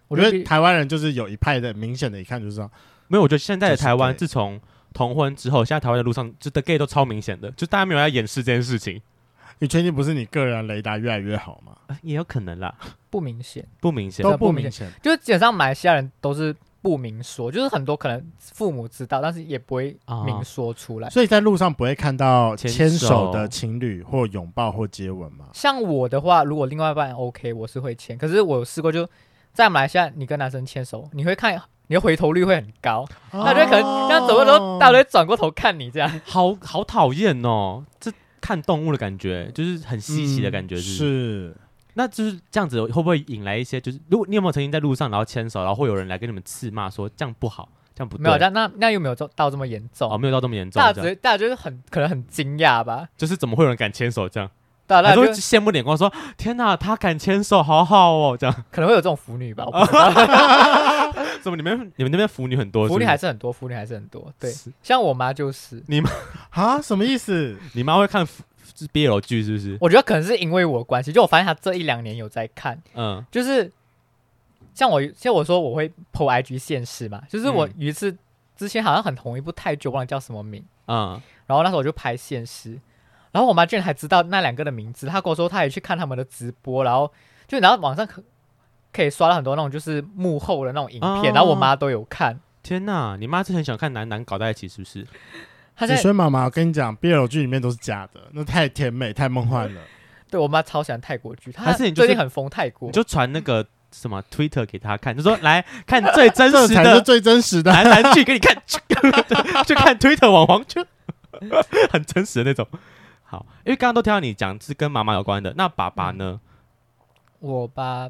Speaker 1: 我
Speaker 4: 我
Speaker 1: 觉
Speaker 4: 觉
Speaker 1: 得
Speaker 4: 得
Speaker 1: 台湾人就是有一派的明显的，一看就知道，
Speaker 3: 没有，我觉得现在的
Speaker 1: 就是
Speaker 3: 台湾
Speaker 1: gay
Speaker 3: 自从同婚之后，现在台湾的路上就的 gay 都超明显的，就大家没有要掩饰这件事情，
Speaker 1: 你确定不是你个人雷达越来越好吗？
Speaker 4: 呃
Speaker 3: 啊也有可能啦，
Speaker 4: 不明显，
Speaker 3: 不明显。
Speaker 1: 都
Speaker 4: 的
Speaker 1: 不
Speaker 4: 不
Speaker 1: 明
Speaker 4: 明
Speaker 1: 显，
Speaker 4: 就是基本上马来西亚人都是不明说，就是很多可能父母知道，但是也不会明
Speaker 3: 哦
Speaker 4: 说出来。
Speaker 1: 所以在路上不会看到
Speaker 3: 牵
Speaker 1: 牵手
Speaker 3: 手
Speaker 1: 的情侣或拥抱或接吻吗？
Speaker 4: 像我的话，如果另外一半 OK，我是会牵。可是我有试过就，在马来西亚，你跟男生牵手，你会看你的回头率会很高，
Speaker 1: 那
Speaker 3: 哦
Speaker 4: 那就可能这样走路的时
Speaker 1: 哦
Speaker 4: 候，大家都会转过头看你这样。
Speaker 3: 好好讨厌哦！这看动物的感觉，就是很稀奇的感觉，
Speaker 1: 嗯
Speaker 3: 是不是。
Speaker 1: 是
Speaker 3: 那就是这样子，会不会引来一些？就是如果你有没有曾经在路上，然后牵手，然后会有人来跟你们斥骂说这样不好，这样不对？
Speaker 4: 没有，但那那又没有到到这么严重。
Speaker 3: 哦，没有到这么严重，
Speaker 4: 大家
Speaker 3: 这
Speaker 4: 只
Speaker 3: 样
Speaker 4: 会大家就是很可能很惊讶吧，
Speaker 3: 就是怎么会有人敢牵手这样？
Speaker 4: 对啊，
Speaker 3: 还
Speaker 4: 那
Speaker 3: 是会
Speaker 4: 就
Speaker 3: 羡慕的眼光说天哪，他敢牵手，好好哦，这样。
Speaker 4: 可能会有这种腐女吧，我不知道
Speaker 3: 怎么你们你们那边腐女很多是
Speaker 4: 腐
Speaker 3: 不
Speaker 4: 女
Speaker 3: 是？
Speaker 4: 还是很多，腐女还是很多。对，
Speaker 3: 是
Speaker 4: 像我妈就是，
Speaker 1: 啊，什么意思？
Speaker 3: 你妈会看腐是 BL 剧是不是？
Speaker 4: 我觉得可能是因为我的关系，就我发现她这一两年有在看，
Speaker 3: 嗯
Speaker 4: 就是像我像我说我会 PO IG 现实嘛，就是我
Speaker 3: 嗯
Speaker 4: 有一次之前好像很红一部泰剧，我忘了叫什么名，
Speaker 3: 嗯，
Speaker 4: 然后那时候我就拍现实，然后我妈居然还知道那两个的名字，她跟我说她也去看他们的直播，然后就然后网上可可以刷到很多那种就是幕后的那种影
Speaker 3: 哦
Speaker 4: 片，然后我妈都有看，
Speaker 3: 天哪，你妈之前想看男男搞在一起是不是？
Speaker 4: 她
Speaker 1: 子
Speaker 4: 现在
Speaker 1: 萱妈妈，我跟你讲，BL 剧里面都是假的，那太甜美、太梦幻 了。
Speaker 4: 对我妈超喜欢泰国剧，她
Speaker 3: 还是你就是
Speaker 4: 最近很疯泰国
Speaker 3: 你，就传那个什么 Twitter 给他看，就说来看最 真
Speaker 1: 这
Speaker 3: 实
Speaker 1: 才是
Speaker 3: 的
Speaker 1: 最真实的。
Speaker 3: 男男剧给你看， 就看 Twitter 网黄就 很真实的那种。好，因为刚刚都听到你讲是跟妈妈有关的，那爸爸呢？
Speaker 4: 我吧，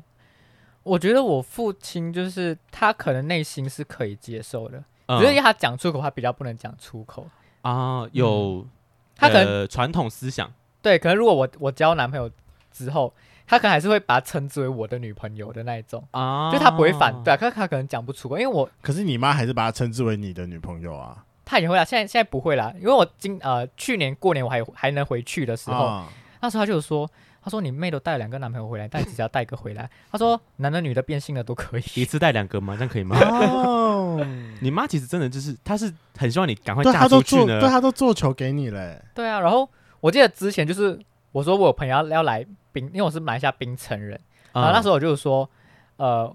Speaker 4: 我觉得我父亲就是他可能内心是可以接受的，
Speaker 3: 嗯
Speaker 4: 只是因为他讲出口，他比较不能讲出口。
Speaker 3: 啊，有
Speaker 4: 嗯他可能
Speaker 3: 呃传统思想
Speaker 4: 对，可能如果我我交男朋友之后，他可能还是会把她称之为我的女朋友的那一种，
Speaker 3: 啊，
Speaker 4: 就他不会反对、啊，可是他可能讲不出口，因为我
Speaker 1: 可是你妈还是把她称之为你的女朋友啊。
Speaker 4: 他也会啦，现在现在不会啦，因为我今呃去年过年我还还能回去的时候，
Speaker 1: 啊，
Speaker 4: 那时候他就说，他说你妹都带两个男朋友回来，但只要带一个回来，他说男的女的变性的都可以。
Speaker 3: 一次带两个吗？这样 可以吗？
Speaker 1: 哦，
Speaker 3: 你妈其实真的就是，她是很希望你赶快
Speaker 1: 对，啊
Speaker 3: 嫁
Speaker 1: 她都
Speaker 3: 出
Speaker 1: 做，
Speaker 3: 去
Speaker 1: 对
Speaker 3: 呢。
Speaker 1: 她都做球给你嘞、
Speaker 4: 对啊，然后我记得之前就是我说我有朋友要要来冰，因为我是马来西亚冰城人，
Speaker 3: 啊
Speaker 4: 然啊后那时候我就说，呃，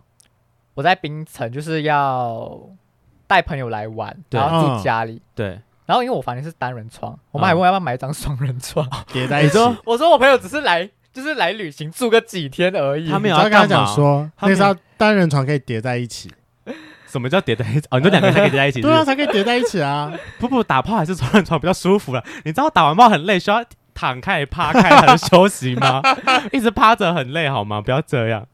Speaker 4: 我在冰城就是要带朋友来玩，
Speaker 3: 对
Speaker 4: 然后
Speaker 1: 嗯
Speaker 4: 住家里。
Speaker 3: 对，
Speaker 4: 然后因为我房间是单人床，我妈还问我要不要买一张双人床。
Speaker 1: 叠在一起。
Speaker 4: 我说我朋友只是来，就是来旅行住个几天而已。
Speaker 3: 他没
Speaker 1: 你
Speaker 3: 有
Speaker 1: 知道
Speaker 3: 要
Speaker 1: 跟她
Speaker 3: 干
Speaker 1: 讲
Speaker 3: 嘛？
Speaker 1: 说，
Speaker 3: 他
Speaker 1: 那
Speaker 3: 没
Speaker 1: 个
Speaker 3: 有
Speaker 1: 时候单人床可以叠在一起，
Speaker 3: 什么叫叠在一起？哦，你说两个人才可以叠在一起？
Speaker 1: 对啊，
Speaker 3: 是不
Speaker 1: 才可以叠在一起啊。
Speaker 3: 是，不不，打炮还是床上床比较舒服了。你知道打完炮很累，需要躺开、趴开才能休息 吗？一直趴着很累，好吗？不要这样。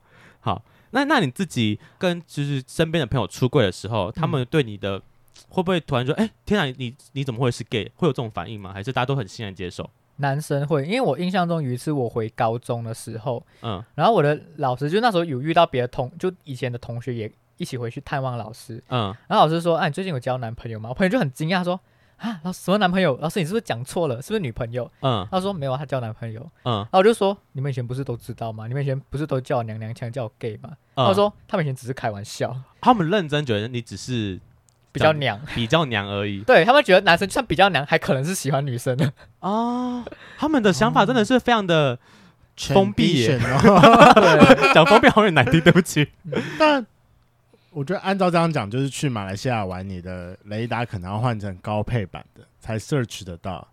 Speaker 3: 好，那那你自己跟就是身边的朋友出柜的时候，他们对你的会不会突然说，哎，天啊，你你怎么会是 gay？会有这种反应吗？还是大家都很欣然接受？
Speaker 4: 男生会，因为我印象中有一次我回高中的时候，
Speaker 3: 嗯
Speaker 4: 然后我的老师就那时候有遇到别的同，就以前的同学也一起回去探望老师，
Speaker 3: 嗯，
Speaker 4: 然后老师说：“啊，你最近有交男朋友吗？”我朋友就很惊讶说：“啊，老什么男朋友？老师你是不是讲错了？是不是女朋友
Speaker 3: 嗯？”
Speaker 4: 他说：“没有啊，他交男朋友。”
Speaker 3: 嗯
Speaker 4: 然后我就说：“你们以前不是都知道吗？你们以前不是都叫我娘娘腔，叫我 gay 吗？”
Speaker 3: 嗯，
Speaker 4: 他说：“他们以前只是开玩笑，
Speaker 3: 他们认真觉得你只是
Speaker 4: 比较娘。
Speaker 3: 比较娘而已
Speaker 4: 对他们觉得男生就算比较娘，还可能是喜欢女生的。
Speaker 3: 啊。他们的想法真的是非常 的 封闭耶
Speaker 1: Condition 哦。
Speaker 3: 讲封闭好像有点难听，对不起。
Speaker 1: 但我觉得按照这样讲，就是去马来西亚玩，你的雷达可能要换成高配版的，才 search 得到。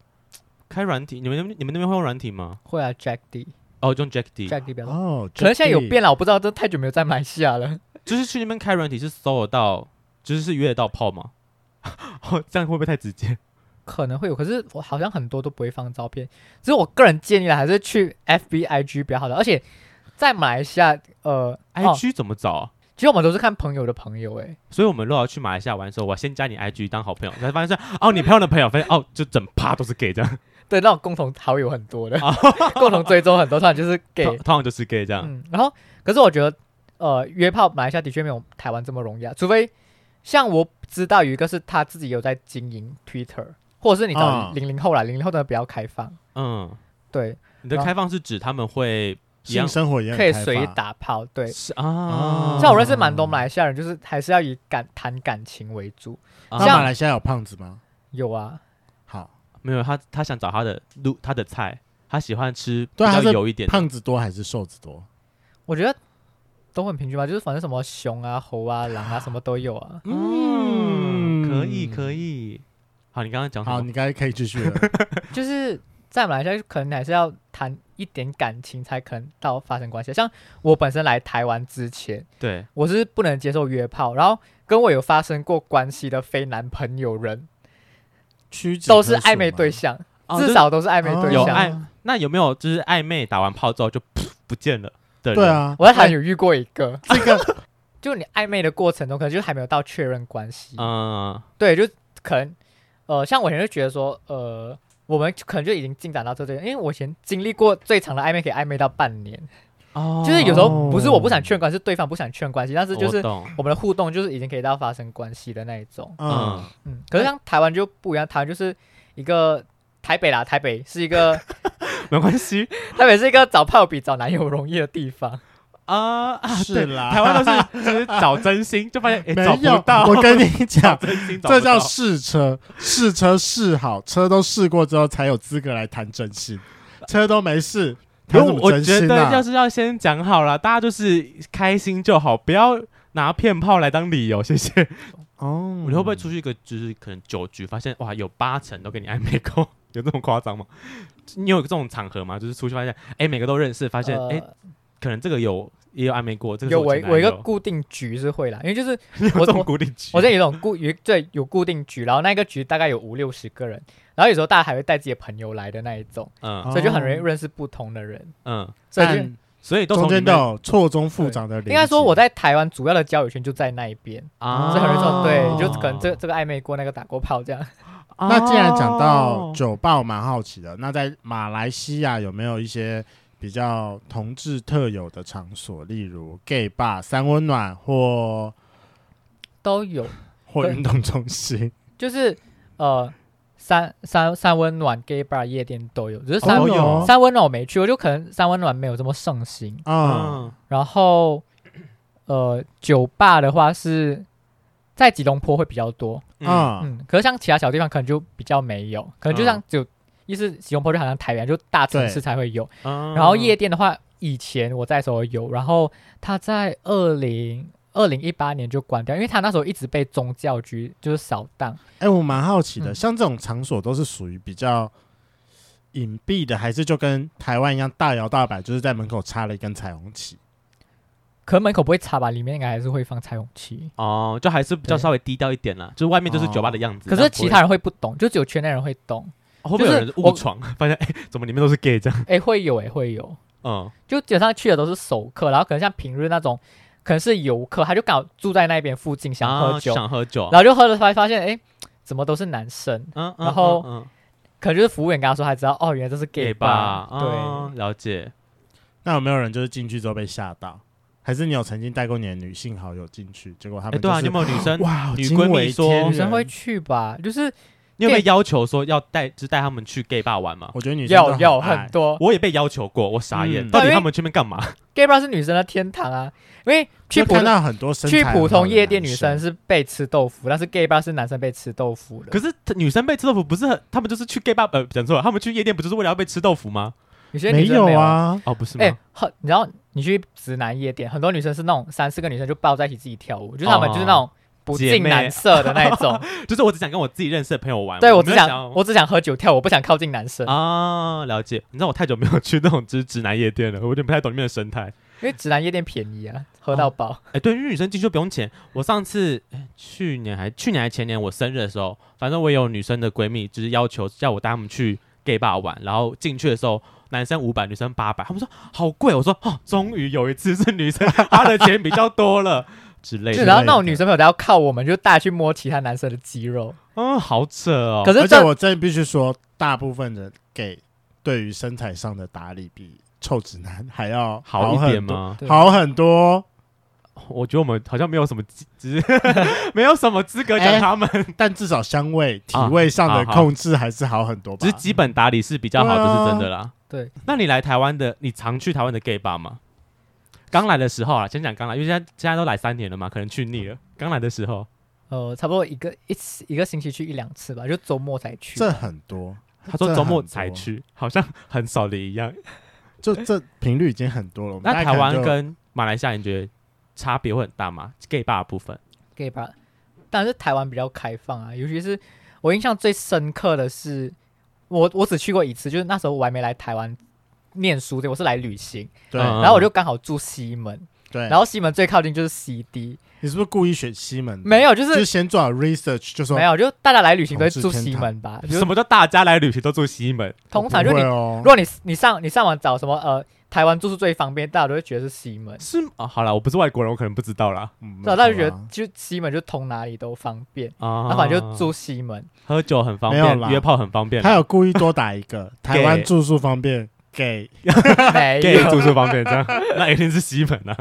Speaker 3: 开软体，你们那边你们那边会用软体吗？
Speaker 4: 会啊，Jack D，Jack
Speaker 3: 哦，用 Jack D，
Speaker 4: D 比较多。
Speaker 1: 哦，
Speaker 4: 可能现在有
Speaker 1: Jack D
Speaker 4: 变了，我不知道，这太久没有在马来西亚了。
Speaker 3: 就是去那边开软体是搜得到，就是是约得到炮吗？ 哦，这样会不会太直接？
Speaker 4: 可能会有，可是我好像很多都不会放照片。只是我个人建议啦，还是去 FBIG 比较好的。而且在马来西亚，呃
Speaker 3: i
Speaker 4: 哦，
Speaker 3: G 怎么找啊？
Speaker 4: 其实我们都是看朋友的朋友、欸，
Speaker 3: 所以我们如果要去马来西亚玩的时候，我先加你 I G 当好朋友，才发现说哦，你朋友的朋友，发现哦，就整趴都是 gay 这样，
Speaker 4: 对，那种共同好友很多的， 共同追踪很多，突然就是
Speaker 3: 通
Speaker 4: gay，
Speaker 3: 通常就是 gay 这样。
Speaker 4: 嗯，然后可是我觉得，呃，约炮马来西亚的确没有台湾这么容易啊，除非像我知道有一个是他自己有在经营 Twitter，或者是你找
Speaker 1: 啊
Speaker 4: 零零后啦，零零后真的比较开放，
Speaker 3: 嗯，
Speaker 4: 对，
Speaker 3: 你的
Speaker 4: 然后
Speaker 3: 开放是指他们会一
Speaker 1: 性
Speaker 3: 样
Speaker 1: 生活也很
Speaker 4: 可以
Speaker 1: 开
Speaker 4: 随意
Speaker 1: 放
Speaker 4: 打炮，对。
Speaker 3: 是啊，
Speaker 1: 哦
Speaker 4: 像我认识蛮多马来西亚人，就是还是要以感谈感情为主。
Speaker 3: 啊
Speaker 1: 那
Speaker 4: 像
Speaker 1: 马来西亚有胖子吗？
Speaker 4: 有啊，
Speaker 1: 好，
Speaker 3: 没有，他他想找他的路，他的菜，他喜欢吃比
Speaker 1: 对啊
Speaker 3: 较
Speaker 1: 他是
Speaker 3: 油一点的。
Speaker 1: 胖子多还是瘦子多？
Speaker 4: 我觉得都很平均吧，就是反正什么熊啊、猴啊、狼啊，什么都有 啊。
Speaker 3: 嗯，可以
Speaker 1: 嗯
Speaker 3: 可以。好，你刚刚讲什
Speaker 1: 好，
Speaker 3: 么？
Speaker 1: 你刚才可以继续了。
Speaker 4: 就是在马来西亚，可能还是要谈一点感情才可能到发生关系。像我本身来台湾之前，
Speaker 3: 对，
Speaker 4: 我是不能接受约炮，然后跟我有发生过关系的非男朋友人
Speaker 1: 屈指
Speaker 4: 都是
Speaker 1: 可数
Speaker 4: 暧昧
Speaker 1: 吗哦
Speaker 4: 对象，
Speaker 3: 哦
Speaker 4: 至少都是暧昧对
Speaker 3: 有
Speaker 4: 象。
Speaker 3: 暧那有没有就是暧昧打完炮之后就 噗不见了的人？
Speaker 1: 对，啊，
Speaker 4: 我在台湾有遇过一个，
Speaker 1: 这 个
Speaker 4: 就你暧昧的过程中，可能就还没有到确认关系。
Speaker 3: 嗯，
Speaker 4: 对，就可能呃，像我以前就觉得说，呃，我们可能就已经进展到这边，因为我以前经历过最长的暧昧，可以暧昧到半年，
Speaker 3: 哦
Speaker 4: 就是有时候不是我不想
Speaker 1: 哦
Speaker 4: 确认关系，是对方不想确认关系，但是就
Speaker 3: 我
Speaker 4: 是
Speaker 3: 懂哦
Speaker 4: 我们的互动就是已经可以到发生关系的那一种。
Speaker 1: 嗯，
Speaker 4: 嗯，可是像台湾就不一样，台湾就是一个。台北啦，台北是一个，
Speaker 3: 没关系
Speaker 4: 台北是一个找炮比找男友容易的地方。
Speaker 3: 啊 啊，
Speaker 1: 是
Speaker 3: 对
Speaker 1: 啦
Speaker 3: 台湾都是就是找真心，就发现哎
Speaker 1: 没
Speaker 3: 找
Speaker 1: 有
Speaker 3: 不到，
Speaker 1: 我跟你
Speaker 3: 找
Speaker 1: 讲，
Speaker 3: 真心，找
Speaker 1: 这
Speaker 3: 不
Speaker 1: 叫
Speaker 3: 到
Speaker 1: 试车，试车试好，车都试过之后才有资格来谈真心，车都没试，谈什
Speaker 3: 我
Speaker 1: 么
Speaker 3: 我
Speaker 1: 真
Speaker 3: 觉
Speaker 1: 心
Speaker 3: 得要
Speaker 1: 啊？
Speaker 3: 是要先讲好了，大家就是开心就好，不要拿骗炮来当理由，谢谢。
Speaker 1: 哦
Speaker 3: 你会不会出去一个就是可能酒局，发现哇有八成都跟你暧昧过， 有这么夸张吗？你有这种场合吗？就是出去发现，哎、每个都认识，发现哎、
Speaker 4: 呃
Speaker 3: 诶可能这个有也有暧昧过，这个是
Speaker 4: 有我
Speaker 3: 前男
Speaker 4: 我一个
Speaker 3: 友
Speaker 4: 固定局是会啦，因为就是
Speaker 3: 有 这
Speaker 4: 我
Speaker 3: 种
Speaker 4: 我
Speaker 3: 固定局，
Speaker 4: 我这有一种固有对有固定局，然后那个局大概有五六十个人，然后有时候大家还会带自己的朋友来的那一种，
Speaker 3: 嗯
Speaker 1: 哦
Speaker 4: 所以就很容易认识不同的人，
Speaker 3: 嗯
Speaker 4: 所以就
Speaker 1: 但
Speaker 3: 所以都从
Speaker 1: 中
Speaker 3: 里
Speaker 1: 间
Speaker 3: 面
Speaker 1: 都有错综复杂的连接。
Speaker 4: 应该说我在台湾主要的交友圈就在那一边，
Speaker 3: 啊，
Speaker 4: 所以很容易说对，就可能这这个暧昧过，那个打过炮这样。
Speaker 1: 那既然讲到
Speaker 3: 哦
Speaker 1: 酒吧，我蛮好奇的。那在马来西亚有没有一些比较同志特有的场所，例如 gay bar、三温暖 或
Speaker 4: 都有，
Speaker 1: 或
Speaker 4: 对
Speaker 1: 运动中心？
Speaker 4: 就是呃，三三三温暖 gay bar 夜店都有，只
Speaker 1: 哦
Speaker 4: 是三、
Speaker 1: 都有哦
Speaker 4: 三温暖我没去，我就可能三温暖没有这么盛行。
Speaker 1: 嗯，
Speaker 3: 嗯
Speaker 4: 然后呃，酒吧的话是在吉隆坡会比较多，
Speaker 3: 嗯
Speaker 1: 嗯
Speaker 4: 嗯，可是像其他小地方可能就比较没有，可能就像
Speaker 3: 嗯
Speaker 4: 只有意思吉隆坡就好像台湾就大城市
Speaker 1: 对
Speaker 4: 才会有。
Speaker 3: 嗯
Speaker 4: 然后夜店的话，以前我在的时候有，然后他在二零。二零一八年就关掉，因为他那时候一直被宗教局就是扫荡，
Speaker 1: 哎、我蛮好奇的，
Speaker 4: 嗯
Speaker 1: 像这种场所都是属于比较隐蔽的，还是就跟台湾一样大摇大摆，就是在门口插了一根彩虹旗？
Speaker 4: 可能门口不会插吧，里面应该还是会放彩虹旗。
Speaker 3: 哦，就还是比较
Speaker 4: 对
Speaker 3: 稍微低调一点啦，就是外面就是酒吧的样子。
Speaker 4: 可
Speaker 3: 但
Speaker 4: 是
Speaker 3: 不
Speaker 4: 其
Speaker 3: 会
Speaker 4: 他人会不懂，就只有圈内人会 懂。
Speaker 3: 会不会有人
Speaker 4: 我
Speaker 3: 误闯，发现哎，怎么里面都是 gay 这样？
Speaker 4: 诶，会有诶，会有。
Speaker 3: 嗯，
Speaker 4: 就基本上去的都是熟客，然后可能像平日那种，可能是游客，他就刚好住在那边附近，想
Speaker 3: 啊
Speaker 4: 喝酒，
Speaker 3: 想喝酒，
Speaker 4: 然后就喝了，才发现诶，哎怎么都是男生？
Speaker 3: 嗯，嗯
Speaker 4: 然后
Speaker 3: 嗯嗯
Speaker 4: 可能就是服务员跟他说，他知道哦，原来这是 gay
Speaker 3: gay
Speaker 4: 吧
Speaker 3: 吧，？
Speaker 4: 对，
Speaker 3: 嗯了解。
Speaker 1: 那有没有人就是进去之后被吓到？还是你有曾经带过你的女性好友进去，结果他
Speaker 3: 哎，
Speaker 1: 们
Speaker 3: 对
Speaker 1: 就
Speaker 3: 啊，
Speaker 1: 是、
Speaker 3: 你有没有女生？
Speaker 1: 哇，
Speaker 3: 女
Speaker 1: 惊
Speaker 3: 闺蜜
Speaker 1: 为
Speaker 3: 说
Speaker 1: 天
Speaker 4: 女生
Speaker 1: 人
Speaker 4: 会去吧？就是
Speaker 3: 你有没有
Speaker 4: gay-
Speaker 3: 要求说要带，就是带他们去 gay 吧玩吗？
Speaker 1: 我觉得女生
Speaker 4: 有有
Speaker 1: 要
Speaker 4: 很多
Speaker 3: 我也被要求过，我傻眼，
Speaker 1: 嗯
Speaker 3: 到底
Speaker 4: 因为
Speaker 3: 他们去那边干嘛？
Speaker 4: gay bar 是女生的天堂啊，因为去普
Speaker 1: 看到很多身材
Speaker 4: 去
Speaker 1: 很好的
Speaker 4: 普通夜店，女生
Speaker 1: 男
Speaker 4: 啊是被吃豆腐，但是 gay bar 是男生被吃豆腐的。
Speaker 3: 可是女生被吃豆腐不是很，他们就是去 gay 吧，呃，讲错了，他们去夜店不就是为了要被吃豆腐吗？
Speaker 4: 有些
Speaker 1: 没
Speaker 4: 女生没有啊。
Speaker 1: 啊，
Speaker 3: 哦，不是吗？
Speaker 4: 哎、很，你知道你去直男夜店，很多女生是那种三四个女生就抱在一起自己跳舞，就是她们就是那种不
Speaker 3: 姐
Speaker 4: 近
Speaker 3: 妹
Speaker 4: 男色的那一 种。
Speaker 3: 就是我只想跟我自己认识的朋友玩，
Speaker 4: 对我
Speaker 3: 没
Speaker 4: 只
Speaker 3: 有
Speaker 4: 想我只想喝酒跳，我不想靠近男生，
Speaker 3: 啊，了解。你知道我太久没有去那种就是直男夜店了，我 有点不太懂里面的生态。
Speaker 4: 因为直男夜店便宜啊，喝到饱。
Speaker 3: 哎、对，因为女生进去就不用钱。我上次、哎去年还去年还前年我生日的时候，反正我也有女生的闺蜜，就是要求叫我带她们去 gay bar 玩，然后进去的时候。男生五百，女生八百，他们说好贵。我说哦，终于有一次是女生 花的钱比较多了之类
Speaker 4: 就
Speaker 1: 是
Speaker 3: 的。
Speaker 4: 然后那种女生朋友都要靠我们，就带去摸其他男生的肌肉。
Speaker 3: 嗯，好扯哦。
Speaker 4: 可是
Speaker 1: 而且
Speaker 4: 这
Speaker 1: 我真的必须说，大部分的 gay 对于身材上的打理比臭直男 还要
Speaker 3: 好一点
Speaker 1: 很多？
Speaker 3: 吗？
Speaker 4: 对
Speaker 1: 好很多，
Speaker 3: 我觉得我们好像没有什么资，只是 没有什么资格
Speaker 1: 哎
Speaker 3: 讲他们。
Speaker 1: 但至少香味、
Speaker 4: 啊
Speaker 1: 体味上的控制还是好很多吧
Speaker 3: 只是。基本打理是比较好，
Speaker 1: 对
Speaker 3: 这
Speaker 1: 啊
Speaker 3: 是真的啦。
Speaker 4: 对，
Speaker 3: 那你来台湾的，你常去台湾的 gay bar 吗？刚来的时候啊，先讲刚来，因为现在现在都来三年了嘛，可能去腻了。刚来的时候，
Speaker 4: 呃，差不多一个一次一个星期去一两次吧，就周末才去。
Speaker 1: 这很多，
Speaker 3: 他说周末才去，好像很少的一样。
Speaker 1: 就这频率已经很多了。我们
Speaker 3: 那
Speaker 1: 大概
Speaker 3: 台湾
Speaker 1: 可能就
Speaker 3: 跟马来西亚，你觉得差别会很大吗？gay bar 的部分，
Speaker 4: gay bar，但是台湾比较开放啊，尤其是我印象最深刻的是，我我只去过一次，就是那时候我还没来台湾念书的，我是来旅行，
Speaker 1: 对
Speaker 3: 嗯
Speaker 4: 然后我就刚好住西门，
Speaker 1: 对，
Speaker 4: 嗯然后西门最靠近就是 CD，
Speaker 1: 你是不是故意选西门？
Speaker 4: 没，有，就
Speaker 1: 就是
Speaker 4: 是
Speaker 1: 先做好 research，就说
Speaker 4: 没有，就大家来旅行都会住
Speaker 1: 同志天
Speaker 4: 西
Speaker 1: 堂
Speaker 4: 门吧，就
Speaker 3: 什么叫大家来旅行都住西门？
Speaker 4: 通常就
Speaker 1: 不
Speaker 4: 你
Speaker 1: 会，哦
Speaker 4: 如，果你你上你上网找什么呃台湾住宿最方便，大家都会觉得是西门，
Speaker 3: 是啊、好了，我不是外国人，我可能不知道啦。
Speaker 1: 嗯
Speaker 4: 所以大家就
Speaker 1: 没
Speaker 4: 觉
Speaker 1: 有
Speaker 4: 得
Speaker 1: 啊
Speaker 4: 就西门就通哪里都方便，
Speaker 3: 啊，
Speaker 4: 那反正就住西 门，
Speaker 3: 喝酒很方
Speaker 1: 没有
Speaker 3: 便，
Speaker 1: 啦
Speaker 3: 约炮很方便，
Speaker 1: 他有故意多打一 个台湾
Speaker 3: gay
Speaker 1: 住宿方便给
Speaker 4: 没
Speaker 3: gay
Speaker 4: 有
Speaker 3: 住宿方便这样， 那一定是西门啊。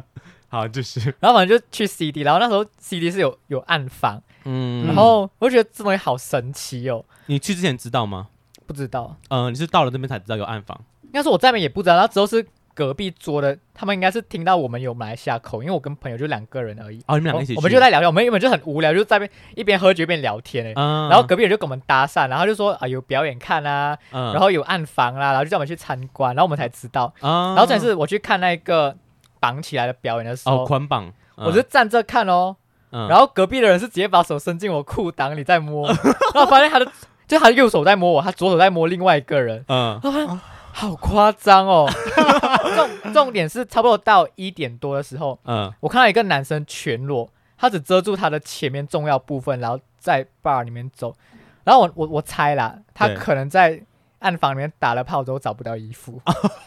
Speaker 3: 好，就是
Speaker 4: 然后反正就去 CD，然后那时候 CD 是有有暗房，
Speaker 3: 嗯
Speaker 4: 然后我就觉得这东西好神奇哦，
Speaker 3: 你去之前知道吗？
Speaker 4: 不知道，
Speaker 3: 嗯、你是到了这边才知道有暗房
Speaker 4: 应该是我在那边也不知道，然后之后是隔壁桌的，他们应该是听到我们有马来西亚口音，因为我跟朋友就两个人而已，
Speaker 3: 哦，你们两
Speaker 4: 我
Speaker 3: 个一起去，
Speaker 4: 我们就在聊天，我们原本就很无聊，就在那边一边喝酒一边聊天哎、
Speaker 3: 嗯，
Speaker 4: 然后隔壁人就跟我们搭讪，然后就说啊有表演看啊，
Speaker 3: 嗯，
Speaker 4: 然后有暗房啊啦、然后就叫我们去参观，然后我们才知道。
Speaker 3: 啊，
Speaker 4: 然后这是我去看那个绑起来的表演的时
Speaker 3: 哦
Speaker 4: 候，
Speaker 3: 捆绑，嗯
Speaker 4: 我就站着看哦，
Speaker 3: 嗯
Speaker 4: 然后隔壁的人是直接把手伸进我裤裆里 在摸，然后发现他的就他的右手在摸我，他左手在摸另外一个人，
Speaker 3: 嗯
Speaker 4: 然后发现好夸 张哦。重重点是差不多到一点多的时候，
Speaker 3: 嗯
Speaker 4: 我看到一个男生全裸，他只遮住他的前面重要部分，然后在 bar 里面走。然后我我我猜啦，他
Speaker 3: 对
Speaker 4: 可能在暗房里面打了炮之后找不到衣服，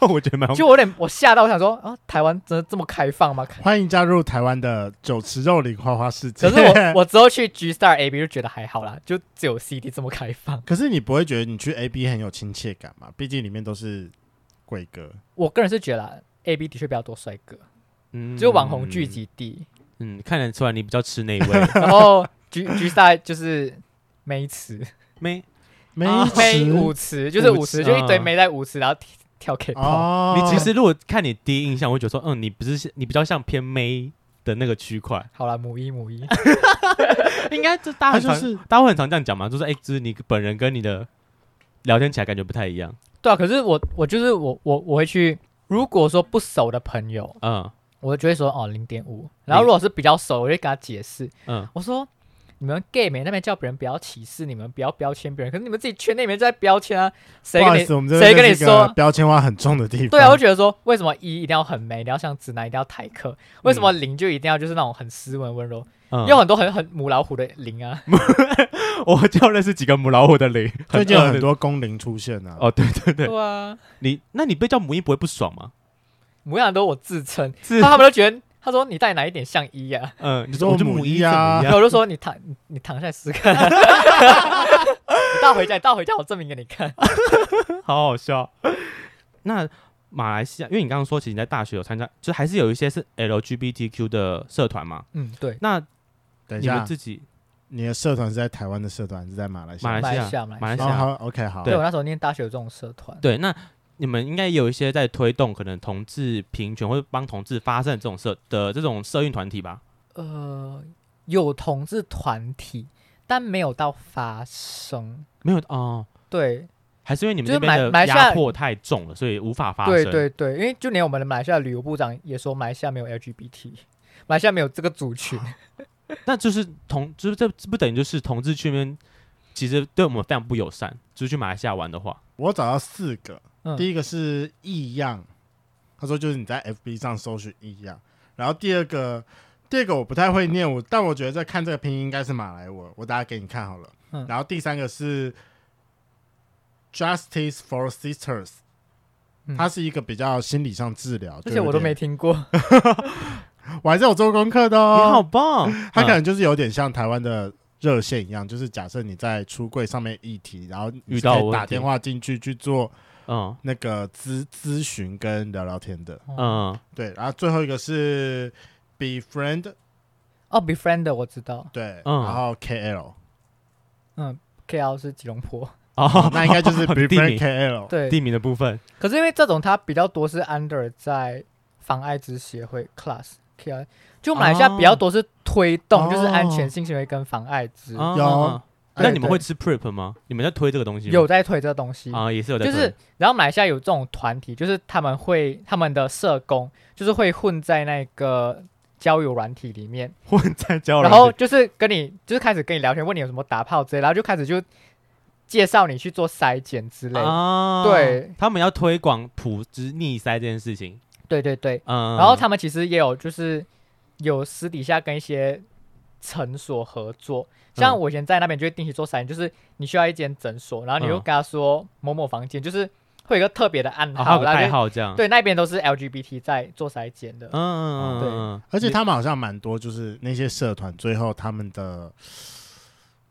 Speaker 3: 我觉得蛮好
Speaker 4: 就我有点我吓到，我想说啊，台湾真的这么开 放吗？
Speaker 1: 欢迎加入台湾的酒池肉林花花世界。
Speaker 4: 可是我我之后去 G Star A B 就觉得还好啦，就只有 C D 这么开 放。
Speaker 1: 可是你不会觉得你去 A B 很有亲切感吗？毕竟里面都是贵哥。
Speaker 4: 我个人是觉得啦 A B 的确比较多帅哥，
Speaker 3: 嗯
Speaker 4: 就网红聚，集 地，
Speaker 3: 嗯，看得出来你比较吃那一 味
Speaker 4: 然后 G G Star 就是妹词，
Speaker 3: 妹，
Speaker 1: 没
Speaker 3: 啊
Speaker 4: 妹
Speaker 1: 吃
Speaker 4: 舞池就是
Speaker 3: 舞
Speaker 4: 舞池，
Speaker 3: 池
Speaker 4: 就一堆
Speaker 3: 嗯
Speaker 4: 妹在舞池，然后跳 K 泡。
Speaker 1: 哦，
Speaker 3: 你其实如果看你第一印象，我会觉得说，嗯，你不是你比较像偏妹的那个区块，
Speaker 4: 好了，母一母一，
Speaker 3: 应该就大
Speaker 1: 他
Speaker 3: 家
Speaker 1: 就
Speaker 3: 很常
Speaker 1: 是
Speaker 3: 大家会很常这样讲嘛，就是哎，就是你本人跟你的聊天起来感觉不太一样，
Speaker 4: 对啊，可是我我就是我我我会去，如果说不熟的朋友，
Speaker 3: 嗯
Speaker 4: 我就会说哦零点五，然后如果是比较熟，我就跟他解释，
Speaker 3: 嗯，
Speaker 4: 我说你们 gay 美那边叫别人不要歧视你们，不要标签别人，可是你们自己圈内里面就在标签啊，谁
Speaker 1: 不好
Speaker 4: 跟
Speaker 1: 意
Speaker 4: 你
Speaker 1: 思，我们这
Speaker 4: 谁
Speaker 1: 边
Speaker 4: 跟你
Speaker 1: 是一个
Speaker 4: 说？
Speaker 1: 标签化很重的地方？
Speaker 4: 对啊，我觉得说为什么一一定要很美，一定要像直男，一定要台
Speaker 1: 嗯
Speaker 4: 客，为什么零就一定要就是那种很斯文温柔？
Speaker 3: 嗯
Speaker 4: 有很多很很母老虎的零 啊，
Speaker 3: 我就认识几个母老虎的零，
Speaker 1: 最近有
Speaker 3: 饿
Speaker 1: 很
Speaker 3: 的
Speaker 1: 多工龄出现啊。
Speaker 3: 哦，对对对，
Speaker 4: 啊，
Speaker 3: 你那你被叫母一不会不爽吗？
Speaker 4: 母样都我自称，
Speaker 3: 是
Speaker 4: 他们都觉得他说你到底哪一点像一呀、啊？
Speaker 3: 嗯，你
Speaker 1: 说
Speaker 3: 说我就
Speaker 1: 母
Speaker 3: 母
Speaker 1: 一
Speaker 3: 一
Speaker 1: 啊
Speaker 3: 啊
Speaker 4: 然，后我就说你躺你你躺下来试试 看，你倒回家，你倒回家，我证明给你看。
Speaker 3: 好好笑。那马来西亚，因为你刚刚说，其实你在大学有参加，就还是有一些是 LGBTQ 的社团嘛。
Speaker 4: 嗯，对，
Speaker 3: 那
Speaker 1: 等一
Speaker 3: 你们
Speaker 1: 下，
Speaker 3: 自己
Speaker 1: 你的社团是在台湾的社团，还是在马来西
Speaker 3: 马
Speaker 1: 亚？
Speaker 3: 来西
Speaker 4: 西亚
Speaker 3: 亚，
Speaker 4: 马
Speaker 3: 马来
Speaker 4: 来西
Speaker 3: 西
Speaker 1: 哦
Speaker 3: 亚，
Speaker 1: 好，OK，好。
Speaker 4: 对我那时候念大学有这种社团，
Speaker 3: 对，那你们应该也有一些在推动可能同志平权或者帮同志发声这种社的这种社运团体吧？
Speaker 4: 呃，有同志团体，但没有到发生。
Speaker 3: 没有哦，
Speaker 4: 对
Speaker 3: 还是因为你们
Speaker 4: 就是
Speaker 3: 那边
Speaker 4: 马马来
Speaker 3: 的
Speaker 4: 西亚
Speaker 3: 压迫太重了，所以无法发声。
Speaker 4: 对对对，因为就连我们的马来西亚旅游部长也说，马来西亚没有 LGBT，马来西亚没有这个族群。
Speaker 3: 啊那就是同，就是这这不等于就是同志圈面，其实对我们非常不友善。就是去马来西亚玩的话，
Speaker 1: 我找到四个，
Speaker 4: 嗯
Speaker 1: 第一个是异样，他说就是你在 FB 上搜寻异样，然后第二个，第二个我不太会念，我但我觉得在看这个拼音应该是马来文，我打给你看好了。
Speaker 4: 嗯
Speaker 1: 然后第三个是 Justice for Sisters，、
Speaker 4: 嗯
Speaker 1: 它是一个比较心理上治疗，
Speaker 4: 这些我都没
Speaker 1: 就
Speaker 4: 听过。
Speaker 1: 有点，我还是有做功课的
Speaker 3: 你好
Speaker 1: 哦。
Speaker 3: 棒！
Speaker 1: 它可
Speaker 3: 嗯
Speaker 1: 能就是有点像台湾的。热线一样，就是假设你在出柜上面议题，然后你
Speaker 3: 遇
Speaker 1: 是
Speaker 3: 到
Speaker 1: 可以
Speaker 3: 问
Speaker 1: 打
Speaker 3: 题
Speaker 1: 电话进去去做
Speaker 4: 哦
Speaker 3: 嗯
Speaker 1: 那个咨咨询跟聊聊天的。
Speaker 4: 嗯，
Speaker 3: 嗯，
Speaker 1: 对，然后最后一个是 befriend，
Speaker 4: 哦，Befriend 我知道
Speaker 1: 对，
Speaker 3: 嗯
Speaker 1: 然后 KL，
Speaker 4: ，KL 是吉隆坡。
Speaker 3: 哦，
Speaker 1: 那应该就是
Speaker 3: 地
Speaker 1: befriend
Speaker 3: 名
Speaker 1: KL。
Speaker 4: 对，
Speaker 3: 地名的部分，
Speaker 4: 可是因为这种它比较多是 under 在妨碍之协会 class KI，就马来西亚
Speaker 3: 哦
Speaker 4: 比较多是推动，就是安全
Speaker 1: 哦
Speaker 4: 性行为跟妨碍之、
Speaker 3: 啊
Speaker 1: 有
Speaker 3: 啊啊
Speaker 4: 对
Speaker 3: 那你们
Speaker 4: 对
Speaker 3: 会吃 prep 吗？你们在推这个东西吗？
Speaker 4: 有在推这东西。
Speaker 3: 啊，也是有在
Speaker 4: 就
Speaker 3: 推，
Speaker 4: 是，然后马来西亚有这种团体，就是他们会他们的社工就是会混在那个交友软体里面，
Speaker 3: 混在交友
Speaker 4: 然
Speaker 3: 软件，
Speaker 4: 后就是跟你就是开始跟你聊天，问你有什么打炮之类，然后就开始就介绍你去做筛检之类。
Speaker 3: 啊，
Speaker 4: 对，
Speaker 3: 他们要推广普之逆塞这件事情，
Speaker 4: 对对对，
Speaker 3: 嗯，
Speaker 4: 然后他们其实也有就是有私底下跟一些诊所合作，像
Speaker 3: 嗯
Speaker 4: 我以前在那边就会定期做筛检，就是你需要一间诊所，然后你就
Speaker 3: 嗯
Speaker 4: 跟他说某某房间，就是会有一个特别的暗
Speaker 3: 哦还有
Speaker 4: 号，
Speaker 3: 个
Speaker 4: 然后
Speaker 3: 代
Speaker 4: 就
Speaker 3: 号这样，，
Speaker 4: 对那边都是 LGBT 在做筛检的
Speaker 3: 嗯，嗯嗯嗯，
Speaker 1: 而且呃他们好像蛮多，就是那些社团最后他们的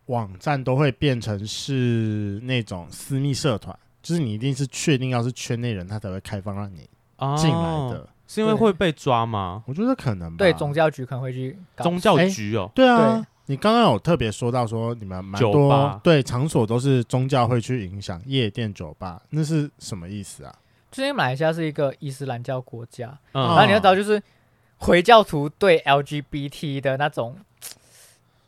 Speaker 1: 网站都会变成是那种私密社团，就是你一定是确定要是圈内人，他才会开放让你
Speaker 3: 嗯
Speaker 1: 进来，的。
Speaker 3: 哦是因为会被抓吗？
Speaker 1: 我觉得可能吧。
Speaker 4: 对宗教局可能会去搞
Speaker 3: 宗教
Speaker 1: 哎
Speaker 3: 局哦，
Speaker 1: 对啊。
Speaker 4: 对
Speaker 1: 你刚刚有特别说到说你们蛮
Speaker 3: 酒
Speaker 1: 多
Speaker 3: 吧
Speaker 1: 对场所都是宗教会去影响夜店酒吧，那是什么意思啊？
Speaker 4: 就是因为马来西亚是一个伊斯兰教国家，然后
Speaker 3: 嗯
Speaker 4: 你要知道就是回教徒对 LGBT 的那种，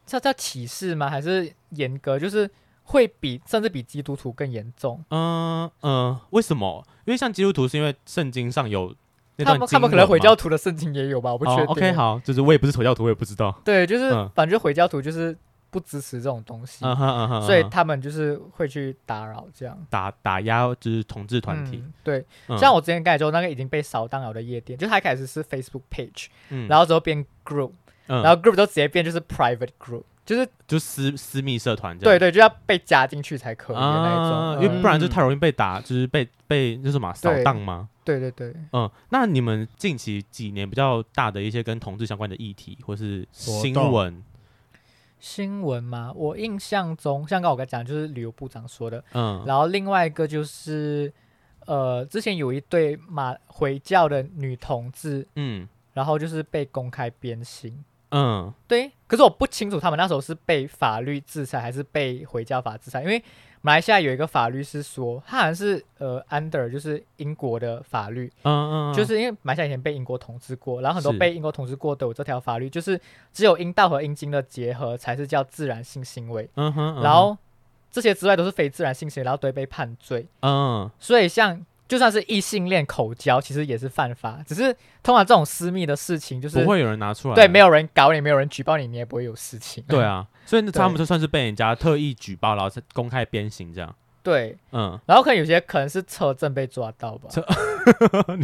Speaker 4: 这叫歧视吗？还是严格？就是会比甚至比基督徒更严重。
Speaker 3: 嗯嗯，为什么？因为像基督徒是因为圣经上有那
Speaker 4: 他
Speaker 3: 段
Speaker 4: 们他
Speaker 3: 经
Speaker 4: 们
Speaker 3: 文
Speaker 4: 可能回
Speaker 3: 嘛
Speaker 4: 教徒的圣经也有吧，我不确定。
Speaker 3: 哦，OK，好，就是我也不是回教徒，我也不知道，
Speaker 4: 对，就是、
Speaker 3: 嗯
Speaker 4: 反正回教徒就是不支持这种东西，
Speaker 3: 嗯哼嗯哼，
Speaker 4: 所
Speaker 3: 嗯
Speaker 4: 以
Speaker 3: 哼
Speaker 4: 他们就是会去打扰这样。
Speaker 3: 打打压就是同志团体，
Speaker 4: 嗯对，
Speaker 3: 嗯
Speaker 4: 像我之前盖之后，那个已经被扫荡了的夜店，就它一开始是 Facebook page，
Speaker 3: 嗯
Speaker 4: 然后之后变 group，
Speaker 3: 嗯
Speaker 4: 然后 group 都直接变就是 private group，就是
Speaker 3: 就私私密社团这
Speaker 4: 对
Speaker 3: 样。
Speaker 4: 对，就要被加进去才可以的那一
Speaker 3: 啊，
Speaker 4: 种，
Speaker 3: 因为
Speaker 4: 嗯
Speaker 3: 不然就太容易被打，就是被被就是什么啊扫
Speaker 4: 对
Speaker 3: 荡吗？
Speaker 4: 对对对，
Speaker 3: 嗯，那你们近期几年比较大的一些跟同志相关的议题或是新
Speaker 1: 活动
Speaker 3: 闻，
Speaker 4: 新闻嘛，我印象中，像刚我刚讲，就是旅游部长说的，
Speaker 3: 嗯，
Speaker 4: 然后另外一个就是，呃，之前有一对马回教的女同志，
Speaker 3: 嗯
Speaker 4: 然后就是被公开鞭刑。
Speaker 3: 嗯
Speaker 4: 对，可是我不清楚他们那时候是被法律制裁还是被回教法制裁，因为马来西亚有一个法律是说，它好像是呃 under 就是英国的法律，
Speaker 3: 嗯嗯，
Speaker 4: 就是因为马来西亚以前被英国统治过，然后很多
Speaker 3: 是
Speaker 4: 被英国统治过的有这条法律，就是只有阴道和阴茎的结合才是叫自然性行为，
Speaker 3: 嗯哼，嗯哼
Speaker 4: 然后这些之外都是非自然性行为，然后都会被判罪。
Speaker 3: 嗯
Speaker 4: 所以像就算是异性恋口交，其实也是犯法，只是通常这种私密的事情就是
Speaker 3: 不会有人拿出来，
Speaker 4: 对没有人搞你，没有人举报你，你也不会有事情。
Speaker 3: 对 啊，所以那
Speaker 4: 对
Speaker 3: 他们就算是被人家特意举报，然后再公开鞭刑这样。
Speaker 4: 对，
Speaker 3: 嗯，
Speaker 4: 然后可能有些可能是车震被抓到吧。
Speaker 3: 车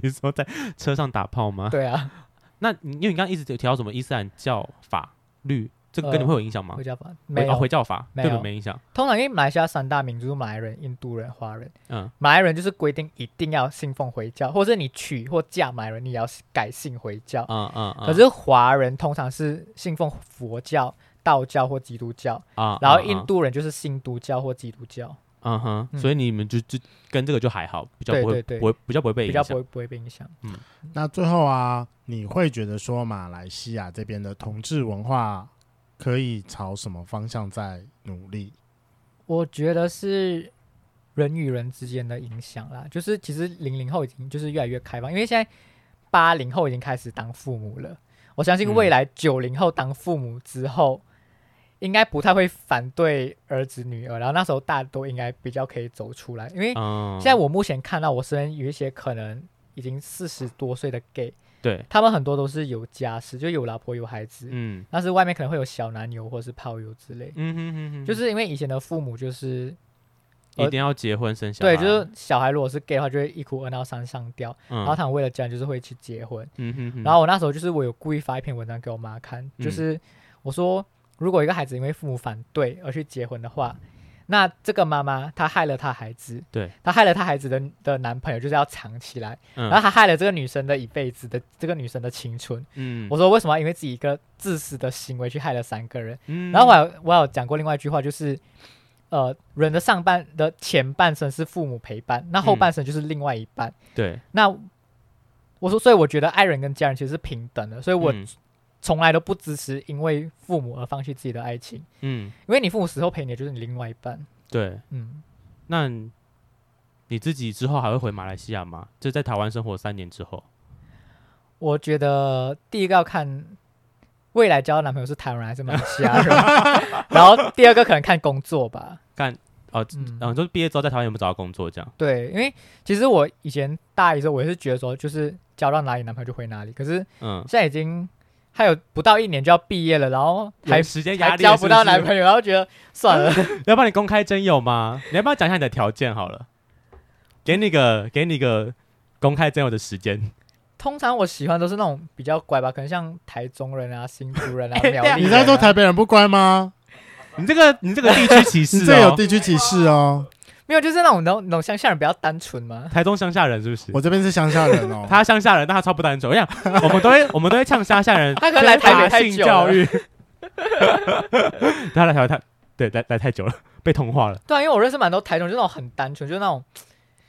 Speaker 3: 你说在车上打炮吗？
Speaker 4: 对啊，
Speaker 3: 那你因为你刚刚一直有提到什么伊斯兰教法律，这个
Speaker 4: 呃
Speaker 3: 跟你会有影响吗
Speaker 4: 回？教法
Speaker 3: 回
Speaker 4: 没
Speaker 3: 哦
Speaker 4: 有
Speaker 3: 回。教法
Speaker 4: 没
Speaker 3: 对你们
Speaker 4: 有
Speaker 3: 没影响。
Speaker 4: 通常因为马来西亚三大民族是马来人、印度人、华人。
Speaker 3: 嗯
Speaker 4: 马来人就是规定一定要信奉回教，或者你娶或嫁马来人，你也要改信回教。
Speaker 3: 嗯嗯嗯。
Speaker 4: 啊可是华人通常是信奉佛教、道教或基督教，
Speaker 3: 啊，
Speaker 4: 然后
Speaker 3: 啊
Speaker 4: 印，度人就是信督教或基督教，
Speaker 3: 啊嗯哼，
Speaker 4: 嗯
Speaker 3: 所以你们就就跟这个就还好，比较不会
Speaker 4: 对对对
Speaker 3: 不会比较不会被
Speaker 4: 比较
Speaker 3: 影
Speaker 4: 不
Speaker 3: 响。
Speaker 4: 会不会被影响。
Speaker 1: 那最后啊，你会觉得说马来西亚这边的同志文化可以朝什么方向在努力？
Speaker 4: 我觉得是人与人之间的影响啦，就是其实零零后已经就是越来越开放，因为现在八零后已经开始当父母了，我相信
Speaker 3: 嗯
Speaker 4: 未来九零后当父母之后。应该不太会反对儿子女儿，然后那时候大家都应该比较可以走出来，因为
Speaker 3: 嗯，
Speaker 4: 现在我目前看到我身边有一些可能已经四十多岁的 gay，
Speaker 3: 对，
Speaker 4: 他们很多都是有家室，就有老婆有孩子，
Speaker 3: 嗯
Speaker 4: 但是外面可能会有小男友或是炮友之类，
Speaker 3: 嗯哼哼哼，
Speaker 4: 就是因为以前的父母就是
Speaker 3: 一定要结婚生小孩。
Speaker 4: 对，就是小孩如果是 gay 的话，就会一哭二闹三上吊，
Speaker 3: 嗯
Speaker 4: 然后他们为了家就是会去结婚，
Speaker 3: 嗯哼哼，
Speaker 4: 然后我那时候就是我有故意发一篇文章给我妈看，
Speaker 3: 嗯
Speaker 4: 就是我说如果一个孩子因为父母反对而去结婚的话，那这个妈妈她害了她孩子，
Speaker 3: 对，
Speaker 4: 她害了她孩子的的男朋友就是要藏起来，
Speaker 3: 嗯
Speaker 4: 然后她害了这个女生的一辈子的这个女生的青春。
Speaker 3: 嗯
Speaker 4: 我说为什么要因为自己一个自私的行为去害了三个人？
Speaker 3: 嗯
Speaker 4: 然后我还有我还有讲过另外一句话，就是呃人的上半的前半生是父母陪伴，那后
Speaker 3: 嗯
Speaker 4: 半生就是另外一半。
Speaker 3: 对，
Speaker 4: 那我说，所以我觉得爱人跟家人其实是平等的，所以我
Speaker 3: 嗯
Speaker 4: 从来都不支持因为父母而放弃自己的爱情，
Speaker 3: 嗯
Speaker 4: 因为你父母死后陪你的就是你另外一半。
Speaker 3: 对。
Speaker 4: 嗯，
Speaker 3: 那你你自己之后还会回马来西亚吗？就在台湾生活三年之后，
Speaker 4: 我觉得第一个要看未来交的男朋友是台湾人还是马来 西亚人，然后第二个可能看工作吧。
Speaker 3: 干哦，
Speaker 4: 嗯，
Speaker 3: 嗯，就是毕业之后在台湾有没有找到工作这样？
Speaker 4: 对，因为其实我以前大一的时候，我也是觉得说，就是交到哪里男朋友就回哪里，可是
Speaker 3: 嗯，
Speaker 4: 现在已经还有不到一年就要毕业了，然后还
Speaker 3: 有时间压
Speaker 4: 还
Speaker 3: 力
Speaker 4: 交不到男
Speaker 3: 友，
Speaker 4: 朋友，然后觉得算了。
Speaker 3: 要帮你公开征友吗？你要不要讲一下你的条件好了？给你个给你个公开征友的时间。
Speaker 4: 通常我喜欢都是那种比较乖吧，可能像台中人啊、新竹人啊、
Speaker 3: 哎
Speaker 4: 苗
Speaker 3: 对啊
Speaker 4: 栗人啊。
Speaker 1: 你在说台北人不乖吗？
Speaker 3: 你这个你这个地区 歧
Speaker 1: 你
Speaker 3: 视
Speaker 1: 这有
Speaker 3: 哦，
Speaker 1: 地区歧视哦。
Speaker 4: 没有，就是那种那种那种乡下人比较单纯嘛。
Speaker 3: 台中乡下人是不是？
Speaker 1: 我这边是乡下人哦。
Speaker 3: 他乡下人，但他超不单纯。我想，我们都会我们都会呛乡下人，
Speaker 4: 他可能来台北太久了
Speaker 3: 性教育，他来台北太对来来太久了，被同化了。
Speaker 4: 对啊，因为我认识蛮多台中，就那种很单纯，就是那种，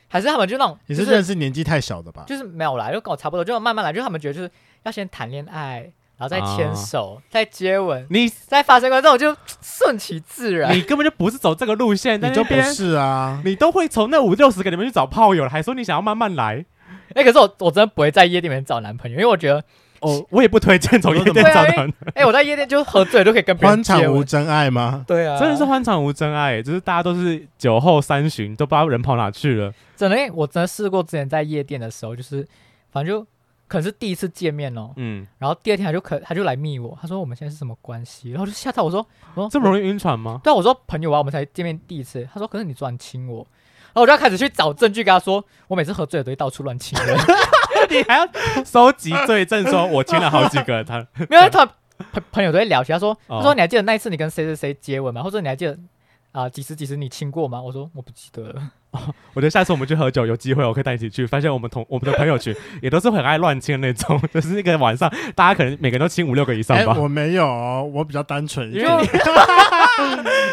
Speaker 4: 还是他们就那种，
Speaker 1: 你
Speaker 4: 就是是
Speaker 1: 认识年纪太小的吧？
Speaker 4: 就是没有啦，就跟我差不多，就慢慢来，就他们觉得就是要先谈恋爱，然后再牵手，再接吻，
Speaker 3: 你
Speaker 4: 再发生关系，这种就顺其自然。
Speaker 3: 你根本就不是走这个路线，在
Speaker 1: 你
Speaker 3: 那
Speaker 1: 就不
Speaker 3: 边
Speaker 1: 是啊。
Speaker 3: 你都会从那五六十个里面去找炮友了，还说你想要慢慢来。
Speaker 4: 哎、可是我我真的不会在夜店里面找男朋友，因为我觉得，
Speaker 3: 哦，我也不推荐从夜店
Speaker 4: 对啊
Speaker 3: 找
Speaker 4: 因为
Speaker 3: 男人，
Speaker 4: 哎、我在夜店就喝醉都可以跟别人
Speaker 1: 欢
Speaker 4: 接
Speaker 1: 场无
Speaker 4: 吻。
Speaker 1: 真爱吗？
Speaker 4: 对啊，
Speaker 3: 真的是欢场无真爱，就是大家都是酒后三巡，都不知道人跑哪去了。
Speaker 4: 真的，因为我真的试过，之前在夜店的时候，就是反正就可能是第一次见面哦，
Speaker 3: 嗯，
Speaker 4: 然后第二天他就可他就来密我，他说我们现在是什么关系，然后我就吓到我说，我说
Speaker 3: 这么容易晕船吗？
Speaker 4: 对啊，我说朋友啊，我们才见面第一次，他说可是你昨晚亲我，然后我就要开始去找证据跟他说，我每次喝醉了都会到处乱亲人，
Speaker 3: 你还要收集罪证，说我亲了好几个他。
Speaker 4: 没有他突然朋朋友都会聊起，他说
Speaker 3: 哦
Speaker 4: 他说你还记得那一次你跟谁谁谁接吻吗？或者你还记得啊、几时几时你亲过吗？我说我不记得了，
Speaker 3: 我觉得下次我们去喝酒，有机会我可以带你一起去。发现我们同我们的朋友群也都是很爱乱亲的那种， 就是那个晚上大家可能每个人都亲五六个以上
Speaker 1: 哎，
Speaker 3: 吧。
Speaker 1: 我没有哦，我比较单纯一点
Speaker 4: 因为。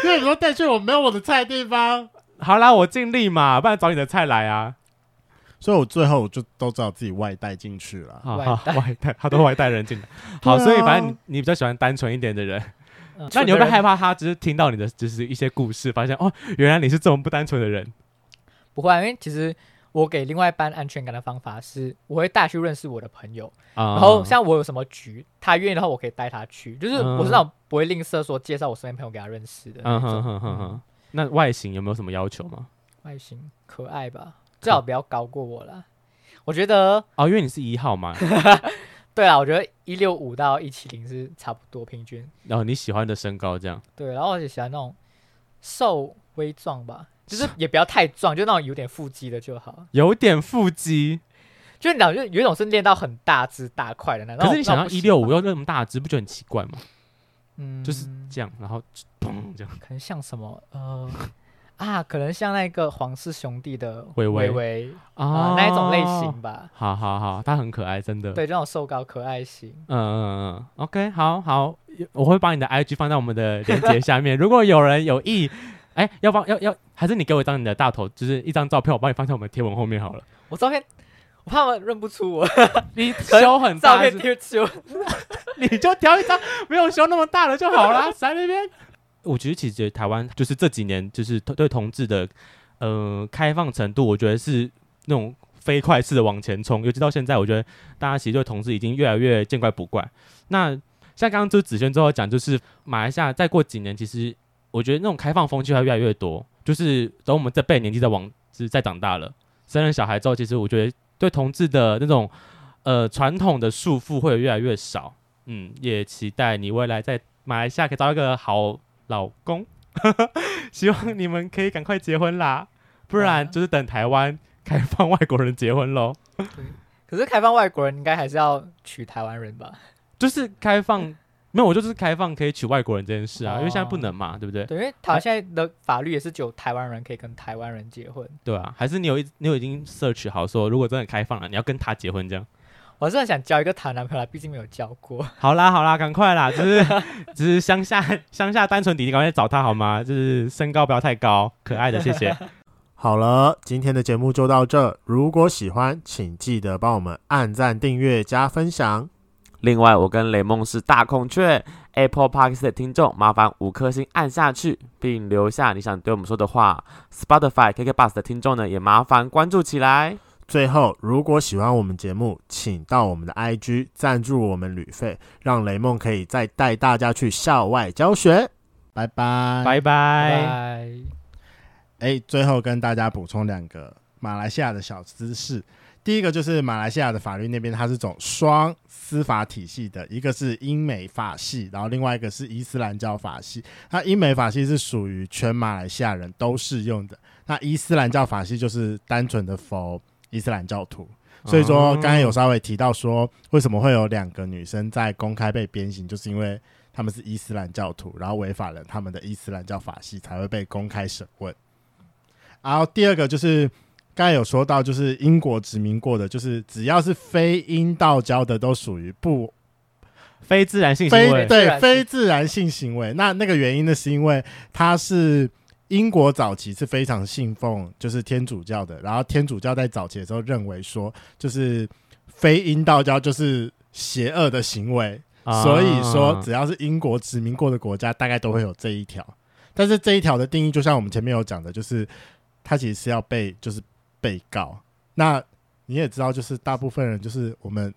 Speaker 1: 因为你说带去我没有我的菜的地方，
Speaker 3: 好啦，我尽力嘛，不然找你的菜来啊。
Speaker 1: 所以我最后我就都知道自己外带进去了。
Speaker 3: 好
Speaker 4: 外
Speaker 3: 好外带，他都外带人进来。好，
Speaker 1: 对啊
Speaker 3: 所以反正你你比较喜欢单纯一点的人，
Speaker 4: 嗯
Speaker 3: 那你会不会害怕
Speaker 4: 怕？
Speaker 3: 他只是听到你的就是一些故事，发现哦，原来你是这么不单纯的人？
Speaker 4: 不会啊，因为其实我给另外一班安全感的方法是，我会带去认识我的朋友，
Speaker 3: 啊
Speaker 4: 然后像我有什么局，他愿意的话，我可以带他去，就是我是那种不会吝啬说介绍我身边朋友给他认识的那
Speaker 3: 嗯
Speaker 4: 种。
Speaker 3: 哼哼哼哼，那外形有没有什么要求吗？
Speaker 4: 外形可爱吧，最好不要高过我啦。我觉得，
Speaker 3: 哦，因为你是一号嘛，
Speaker 4: 对啊，我觉得一六五到一七零是差不多平均。
Speaker 3: 然后你喜欢的身高这样。
Speaker 4: 对，然后我也喜欢那种瘦微壮吧，就是也不要太壮，就那种有点腹肌的就好。
Speaker 3: 有点腹肌，
Speaker 4: 就你知道，就有一种是练到很大只大块的那种。
Speaker 3: 可是你想
Speaker 4: 那
Speaker 3: 要
Speaker 4: 我不
Speaker 3: 一
Speaker 4: 喜
Speaker 3: 六五
Speaker 4: 欢，
Speaker 3: 又那么大只，不觉得很奇怪吗？
Speaker 4: 嗯，
Speaker 3: 就是这样，然后砰这样。
Speaker 4: 可能像什么呃啊，可能像那个皇室兄弟的
Speaker 3: 微微哦
Speaker 4: 微微啊、
Speaker 3: 啊
Speaker 4: 那一种类型。吧。
Speaker 3: 好好好，他很可爱，真的。，
Speaker 4: 对，这种瘦高可爱型。
Speaker 3: 嗯嗯嗯，OK，好好，我会把你的 IG 放在我们的链接下面。如果有人有意，哎，要帮要要，还是你给我一张你的大头，就是一张照片，我帮你放在我们贴文后面好了。
Speaker 4: 我照片，我怕我认不出我
Speaker 3: 你修很
Speaker 4: 照
Speaker 3: 大
Speaker 4: 片
Speaker 3: 是，
Speaker 4: 贴出。
Speaker 3: 你就挑一张没有修那么大的就好啦， 在那边。我觉得其实台湾就是这几年就是对对同志的呃开放程度，我觉得是那种飞快式的往前冲，尤其到现在，我觉得大家其实对同志已经越来越见怪不怪。那像刚刚就是子轩之后讲，就是马来西亚再过几年，其实我觉得那种开放风气会越来越多，就是等我们这辈年纪再往就是再长大了，生了小孩之后，其实我觉得对同志的那种呃传统的束缚会越来越少。嗯，也期待你未来在马来西亚可以找到一个好老公， 希望你们可以赶快结婚啦，不然就是等台湾开放外国人结婚喽，
Speaker 4: 可是开放外国人应该还是要娶台湾人吧？
Speaker 3: 就是开放。没有，我就是开放可以娶外国人这件事啊，因为现在不
Speaker 4: 哦
Speaker 3: 能嘛，对不对？
Speaker 4: 对，因为台湾现在的法律也是只有台湾人可以跟台湾人结婚。
Speaker 3: 对啊，还是你有一你有已经 search 好说，如果真的开放了，你要跟他结婚这样。
Speaker 4: 我是很想交一个台湾男朋友啦，毕竟没有交过。
Speaker 3: 好啦好啦，赶快啦，就是 就是乡下乡下单纯弟弟，赶快去找他好吗？就是身高不要太高，可爱的，谢谢。
Speaker 1: 好了，今天的节目就到这。如果喜欢，请记得帮我们按赞、订阅、加分享。
Speaker 2: 另外，我跟雷梦是大孔雀 Apple Park 的听众，麻烦五颗星按下去，并留下你想对我们说的话。Spotify KK Bus 的听众呢，也麻烦关注起来。
Speaker 1: 最后，如果喜欢我们节目，请到我们的 IG 赞助我们旅费，让雷梦可以再带大家去校外教学。拜拜。
Speaker 3: 拜拜。
Speaker 4: 拜。
Speaker 1: 哎，最后跟大家补充两个马来西亚的小知识。第一个就是马来西亚的法律那边，它是走双司法体系的，一个是英美法系，然后另外一个是伊斯兰教法系。那英美法系是属于全马来西亚人都适用的，那伊斯兰教法系就是单纯的否伊斯兰教徒。所以说，刚才有稍微提到说，为什么会有两个女生在公开被鞭刑，就是因为他们是伊斯兰教徒，然后违反了他们的伊斯兰教法系，才会被公开审问。然后第二个就是刚才有说到，就是英国殖民过的，就是只要是非英道教的，都属于不
Speaker 3: 非自然性行
Speaker 1: 非
Speaker 3: 为，
Speaker 4: 自然
Speaker 1: 对
Speaker 4: 性
Speaker 1: 非自然性行为。那那个原因呢，是因为它是英国早期是非常信奉就是天主教的，然后天主教在早期的时候认为说，就是非阴道教就是邪恶的行为，
Speaker 3: 啊
Speaker 1: 所以说只要是英国殖民过的国家，大概都会有这一条。但是这一条的定义，就像我们前面有讲的，就是它其实是要被就是被告。那你也知道，就是大部分人就是我们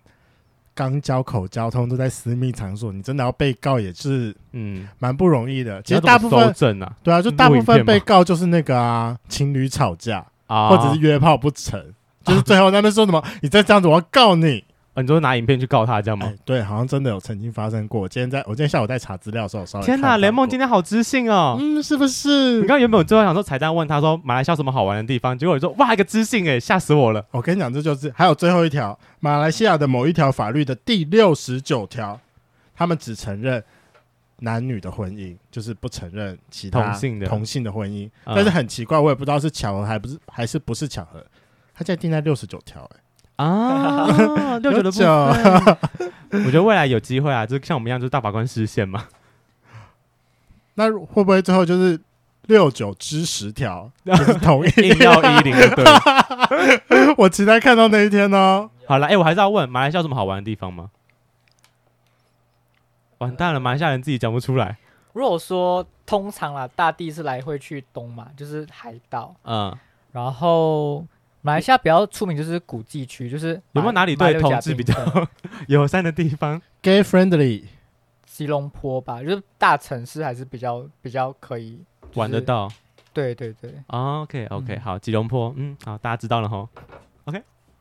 Speaker 1: 刚交口交通都在私密场所，你真的要被告也是
Speaker 3: 嗯，
Speaker 1: 蛮不容易的。其
Speaker 3: 要
Speaker 1: 实
Speaker 3: 怎么
Speaker 1: 大部分
Speaker 3: 搜证啊，
Speaker 1: 对啊，就大部
Speaker 3: 录影片
Speaker 1: 分
Speaker 3: 吗
Speaker 1: 被告就是那个啊，情侣吵架
Speaker 3: 啊
Speaker 1: 或者是约炮不成，就是最后那边说什么你再这样子我要告你。
Speaker 3: 哦你说拿影片去告他这样吗
Speaker 1: 哎？，对，好像真的有曾经发生过。我今天在我今天下午在查资料的时候，稍微
Speaker 3: 天
Speaker 1: 哪，
Speaker 3: 哪，雷梦今天好知性哦！
Speaker 1: 嗯，是不
Speaker 3: 你
Speaker 1: 是
Speaker 3: 刚？刚原本我最后想说彩蛋问他说马来西亚有什么好玩的地方，结果你说哇一个知性哎，吓死我了！
Speaker 1: 我跟你讲，这就是还有最后一条，马来西亚的某一条法律的第六十九条，他们只承认男女的婚姻，就是不承认其他
Speaker 3: 同性的
Speaker 1: 同性的婚姻。
Speaker 3: 嗯
Speaker 1: 但是很奇怪，我也不知道是巧合还不是还是不是巧合，他现在定在六十九条，哎，
Speaker 3: 啊，六九的部分，我觉得未来有机会啊，就像我们一样，就是大法官视线 嘛。
Speaker 1: 那会不会最后就是六九之十 条，就是同意？
Speaker 3: 硬要一零对。
Speaker 1: 我期待看到那一天哦。
Speaker 3: 好了，哎、我还是要问，马来西亚有什么好玩的地方吗？完蛋了，马来西亚人自己讲不出来。
Speaker 4: 如果说通常啦，大地是来回去东嘛，就是海岛，
Speaker 3: 嗯，
Speaker 4: 然后马来西亚比较出名就是古迹区，就是
Speaker 3: 有没有哪里对同志比较
Speaker 4: 马六甲冰镇
Speaker 3: 友善的地方
Speaker 1: Gay friendly，
Speaker 4: 吉隆坡吧，就是大城市还是比较比较可以、就是
Speaker 3: 玩得。到。
Speaker 4: 对对对，
Speaker 3: 哦、OK OK，、
Speaker 4: 嗯
Speaker 3: 好，吉隆坡，嗯，好，大家知道了吼。